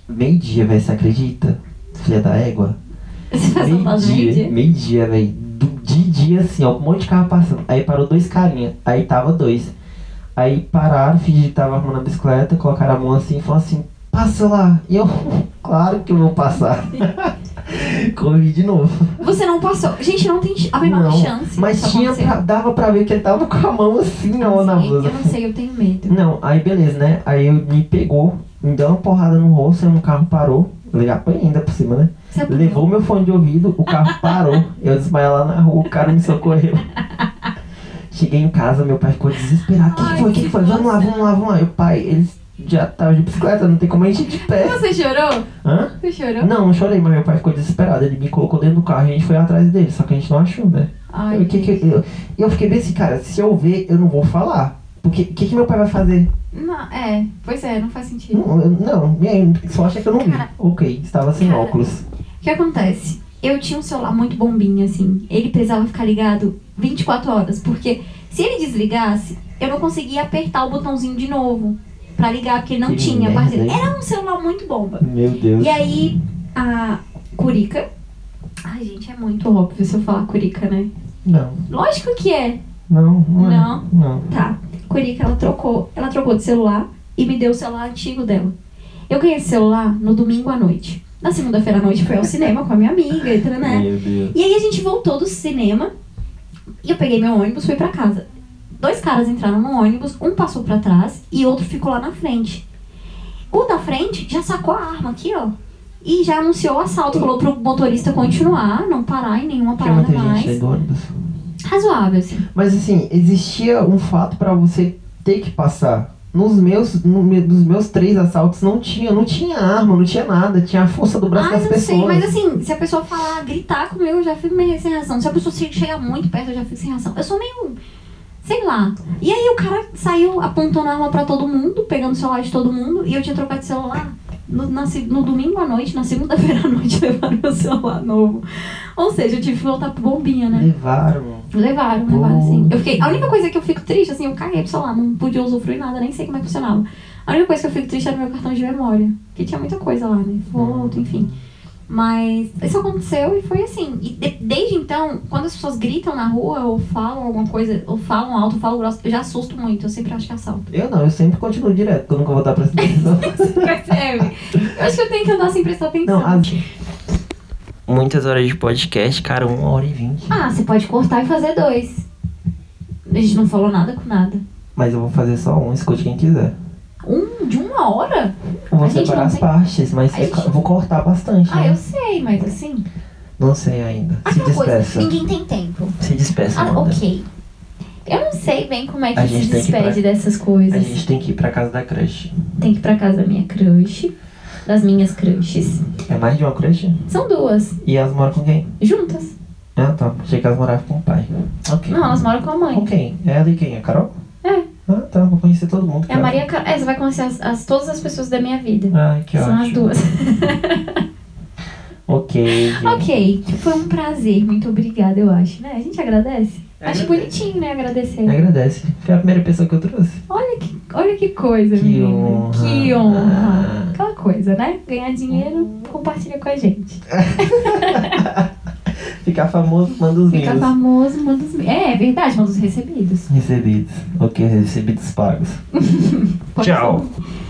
[SPEAKER 2] meio-dia, velho, você acredita? Filha da égua.
[SPEAKER 1] [LAUGHS] Você faz um ladrão de
[SPEAKER 2] Meio-dia, meio-dia, velho. Do- De dia, assim, ó, um monte de carro passando. Aí parou dois carinha, aí tava dois. Aí pararam, fingiram que tava arrumando a bicicleta, colocaram a mão assim e falaram assim, passa lá. E eu, [LAUGHS] claro que eu vou passar.
[SPEAKER 1] [LAUGHS]
[SPEAKER 2] Corri de novo.
[SPEAKER 1] Você não passou. Gente, não tem ch- a menor
[SPEAKER 2] Não,
[SPEAKER 1] chance. tá
[SPEAKER 2] Mas
[SPEAKER 1] disso
[SPEAKER 2] tinha
[SPEAKER 1] acontecer.
[SPEAKER 2] pra- dava pra ver que ele tava com a mão assim, ó, na
[SPEAKER 1] Sim,
[SPEAKER 2] blusa.
[SPEAKER 1] Eu não sei, eu tenho medo.
[SPEAKER 2] Não, aí beleza, né? Aí eu me pegou, me deu uma porrada no rosto, aí um carro parou. Eu apanhei ainda por cima, né?
[SPEAKER 1] Você apanhou?
[SPEAKER 2] Levou meu fone de ouvido, o carro parou. Eu desmaiei lá na rua, o cara me socorreu. Cheguei em casa, meu pai ficou desesperado. O que,
[SPEAKER 1] Ai,
[SPEAKER 2] que foi? O que,
[SPEAKER 1] que
[SPEAKER 2] que foi? Vamos lá,
[SPEAKER 1] força.
[SPEAKER 2] vamos lá, vamos lá. Eu, pai, eles já estavam de bicicleta, não tem como a gente ir de pé.
[SPEAKER 1] Você chorou?
[SPEAKER 2] Hã?
[SPEAKER 1] Você chorou?
[SPEAKER 2] Não, não chorei, mas meu pai ficou desesperado. Ele me colocou dentro do carro e a gente foi atrás dele, só que a gente não achou, né?
[SPEAKER 1] Ai,
[SPEAKER 2] eu, que que- eu, eu fiquei bem assim, cara, se eu ver, eu não vou falar. Porque o que, que meu pai vai fazer?
[SPEAKER 1] Não, é, pois é, não faz sentido.
[SPEAKER 2] Não, eu- não e aí, só acha que eu não vi.
[SPEAKER 1] Cara.
[SPEAKER 2] Ok, estava sem
[SPEAKER 1] Cara.
[SPEAKER 2] óculos.
[SPEAKER 1] O que acontece? Eu tinha um celular muito bombinho, assim. Ele precisava ficar ligado 24 horas, porque se ele desligasse, eu não conseguia apertar o botãozinho de novo pra ligar, porque ele não
[SPEAKER 2] Que
[SPEAKER 1] tinha
[SPEAKER 2] merda,
[SPEAKER 1] partida.
[SPEAKER 2] hein?
[SPEAKER 1] Era um celular muito bomba.
[SPEAKER 2] Meu Deus.
[SPEAKER 1] E aí, a Curica. Ai, gente, é muito óbvio se eu falar Curica, né?
[SPEAKER 2] Não,
[SPEAKER 1] Lógico que é.
[SPEAKER 2] não, não. é.
[SPEAKER 1] Não.
[SPEAKER 2] não.
[SPEAKER 1] Tá. Curica, ela trocou, ela trocou de celular e me deu o celular antigo dela. Eu ganhei esse celular no domingo à noite. Na segunda-feira à noite foi ao cinema com a minha amiga e tal, né?
[SPEAKER 2] Meu Deus.
[SPEAKER 1] E aí a gente voltou do cinema e eu peguei meu ônibus fui pra casa. Dois caras entraram no ônibus, um passou pra trás e outro ficou lá na frente. O da frente já sacou a arma aqui, ó. E já anunciou o assalto, falou pro motorista continuar, não parar em nenhuma
[SPEAKER 2] Tinha
[SPEAKER 1] parada
[SPEAKER 2] muita gente
[SPEAKER 1] mais.
[SPEAKER 2] dentro do ônibus.
[SPEAKER 1] Razoável, assim.
[SPEAKER 2] Mas assim, existia um fato pra você ter que passar. Nos meus, no, me- dos meus três assaltos não tinha, não tinha arma, não tinha nada, tinha a força do braço
[SPEAKER 1] Ah,
[SPEAKER 2] das
[SPEAKER 1] eu não
[SPEAKER 2] pessoas.
[SPEAKER 1] sei, mas assim, se a pessoa falar, gritar comigo, eu já fico meio sem razão. Se a pessoa che- chegar muito perto, eu já fico sem razão. Eu sou meio. Sei lá. E aí o cara saiu apontando a arma pra todo mundo, pegando o celular de todo mundo, e eu tinha trocado de celular. No, na se- no domingo à noite, na segunda-feira à noite, [LAUGHS] levaram meu celular novo. Ou seja, eu tive que voltar pro bombinha, né?
[SPEAKER 2] Levaram.
[SPEAKER 1] Levaram, levaram, sim.
[SPEAKER 2] Pô.
[SPEAKER 1] Eu fiquei, a única coisa que eu fico triste, assim, eu caguei pro celular, não podia usufruir nada, nem sei como é que funcionava. A única coisa que eu fico triste era meu cartão de memória, que tinha muita coisa lá, né?
[SPEAKER 2] Uhum.
[SPEAKER 1] Foto, enfim. Mas isso aconteceu e foi assim. E de- desde então, quando as pessoas gritam na rua ou falam alguma coisa, ou falam alto, falam grosso, eu já assusto muito, eu sempre acho que é
[SPEAKER 2] [LAUGHS]
[SPEAKER 1] assalto.
[SPEAKER 2] Eu não, eu sempre continuo direto, porque eu nunca vou dar pra essa
[SPEAKER 1] [LAUGHS]
[SPEAKER 2] decisão.
[SPEAKER 1] Percebe? eu acho que eu tenho que andar sem prestar atenção.
[SPEAKER 2] Não, as... Muitas horas de podcast, cara, uma hora e vinte.
[SPEAKER 1] Ah, você pode cortar e fazer dois. A gente não falou nada com nada.
[SPEAKER 2] Mas eu vou fazer só um, escute quem quiser.
[SPEAKER 1] Um de uma hora?
[SPEAKER 2] Eu vou
[SPEAKER 1] A gente
[SPEAKER 2] separar
[SPEAKER 1] não
[SPEAKER 2] as
[SPEAKER 1] tem-
[SPEAKER 2] partes, mas
[SPEAKER 1] A
[SPEAKER 2] eu
[SPEAKER 1] gente-
[SPEAKER 2] eu vou cortar bastante.
[SPEAKER 1] Ah,
[SPEAKER 2] né?
[SPEAKER 1] eu sei, mas assim.
[SPEAKER 2] Não sei ainda. Se
[SPEAKER 1] Aquela
[SPEAKER 2] despeça.
[SPEAKER 1] coisa, ninguém tem tempo.
[SPEAKER 2] Se despeça,
[SPEAKER 1] Ah,
[SPEAKER 2] Amanda.
[SPEAKER 1] ok. Eu não sei bem como é que
[SPEAKER 2] A
[SPEAKER 1] se
[SPEAKER 2] gente tem que ir
[SPEAKER 1] despede
[SPEAKER 2] pra-
[SPEAKER 1] dessas
[SPEAKER 2] A
[SPEAKER 1] coisas.
[SPEAKER 2] gente tem que ir pra casa da creche.
[SPEAKER 1] Tem que ir pra casa da minha crush, das minhas crushes.
[SPEAKER 2] É mais de uma creche?
[SPEAKER 1] São duas,
[SPEAKER 2] E elas moram com quem?
[SPEAKER 1] juntas.
[SPEAKER 2] Ah, tá. Achei que elas moravam com o pai. Ok.
[SPEAKER 1] Não, elas moram com a
[SPEAKER 2] Com
[SPEAKER 1] mãe.
[SPEAKER 2] quem? Ela e quem? A Carol?
[SPEAKER 1] É.
[SPEAKER 2] Ah, tá. Vou conhecer todo mundo.
[SPEAKER 1] É a
[SPEAKER 2] cara.
[SPEAKER 1] Maria Car... É, você vai conhecer as, as- todas as pessoas da minha vida.
[SPEAKER 2] Ai, que
[SPEAKER 1] São as
[SPEAKER 2] ótimo.
[SPEAKER 1] duas. [LAUGHS]
[SPEAKER 2] Ok, gente.
[SPEAKER 1] ok, foi um prazer. Muito obrigada, eu acho, né? A gente agradece.
[SPEAKER 2] É
[SPEAKER 1] Acho bonitinho, né? Agradecer.
[SPEAKER 2] Agradece. Foi a primeira pessoa que eu trouxe.
[SPEAKER 1] Olha que, olha que coisa,
[SPEAKER 2] Que
[SPEAKER 1] menina.
[SPEAKER 2] honra.
[SPEAKER 1] Que honra. Aquela coisa, né? Ganhar dinheiro, compartilha com a gente.
[SPEAKER 2] Ficar famoso, manda os
[SPEAKER 1] Fica
[SPEAKER 2] links.
[SPEAKER 1] famoso, manda os... É, é verdade, manda os recebidos.
[SPEAKER 2] Recebidos. Ok, recebidos pagos.
[SPEAKER 1] Pode
[SPEAKER 2] Tchau.
[SPEAKER 1] ser.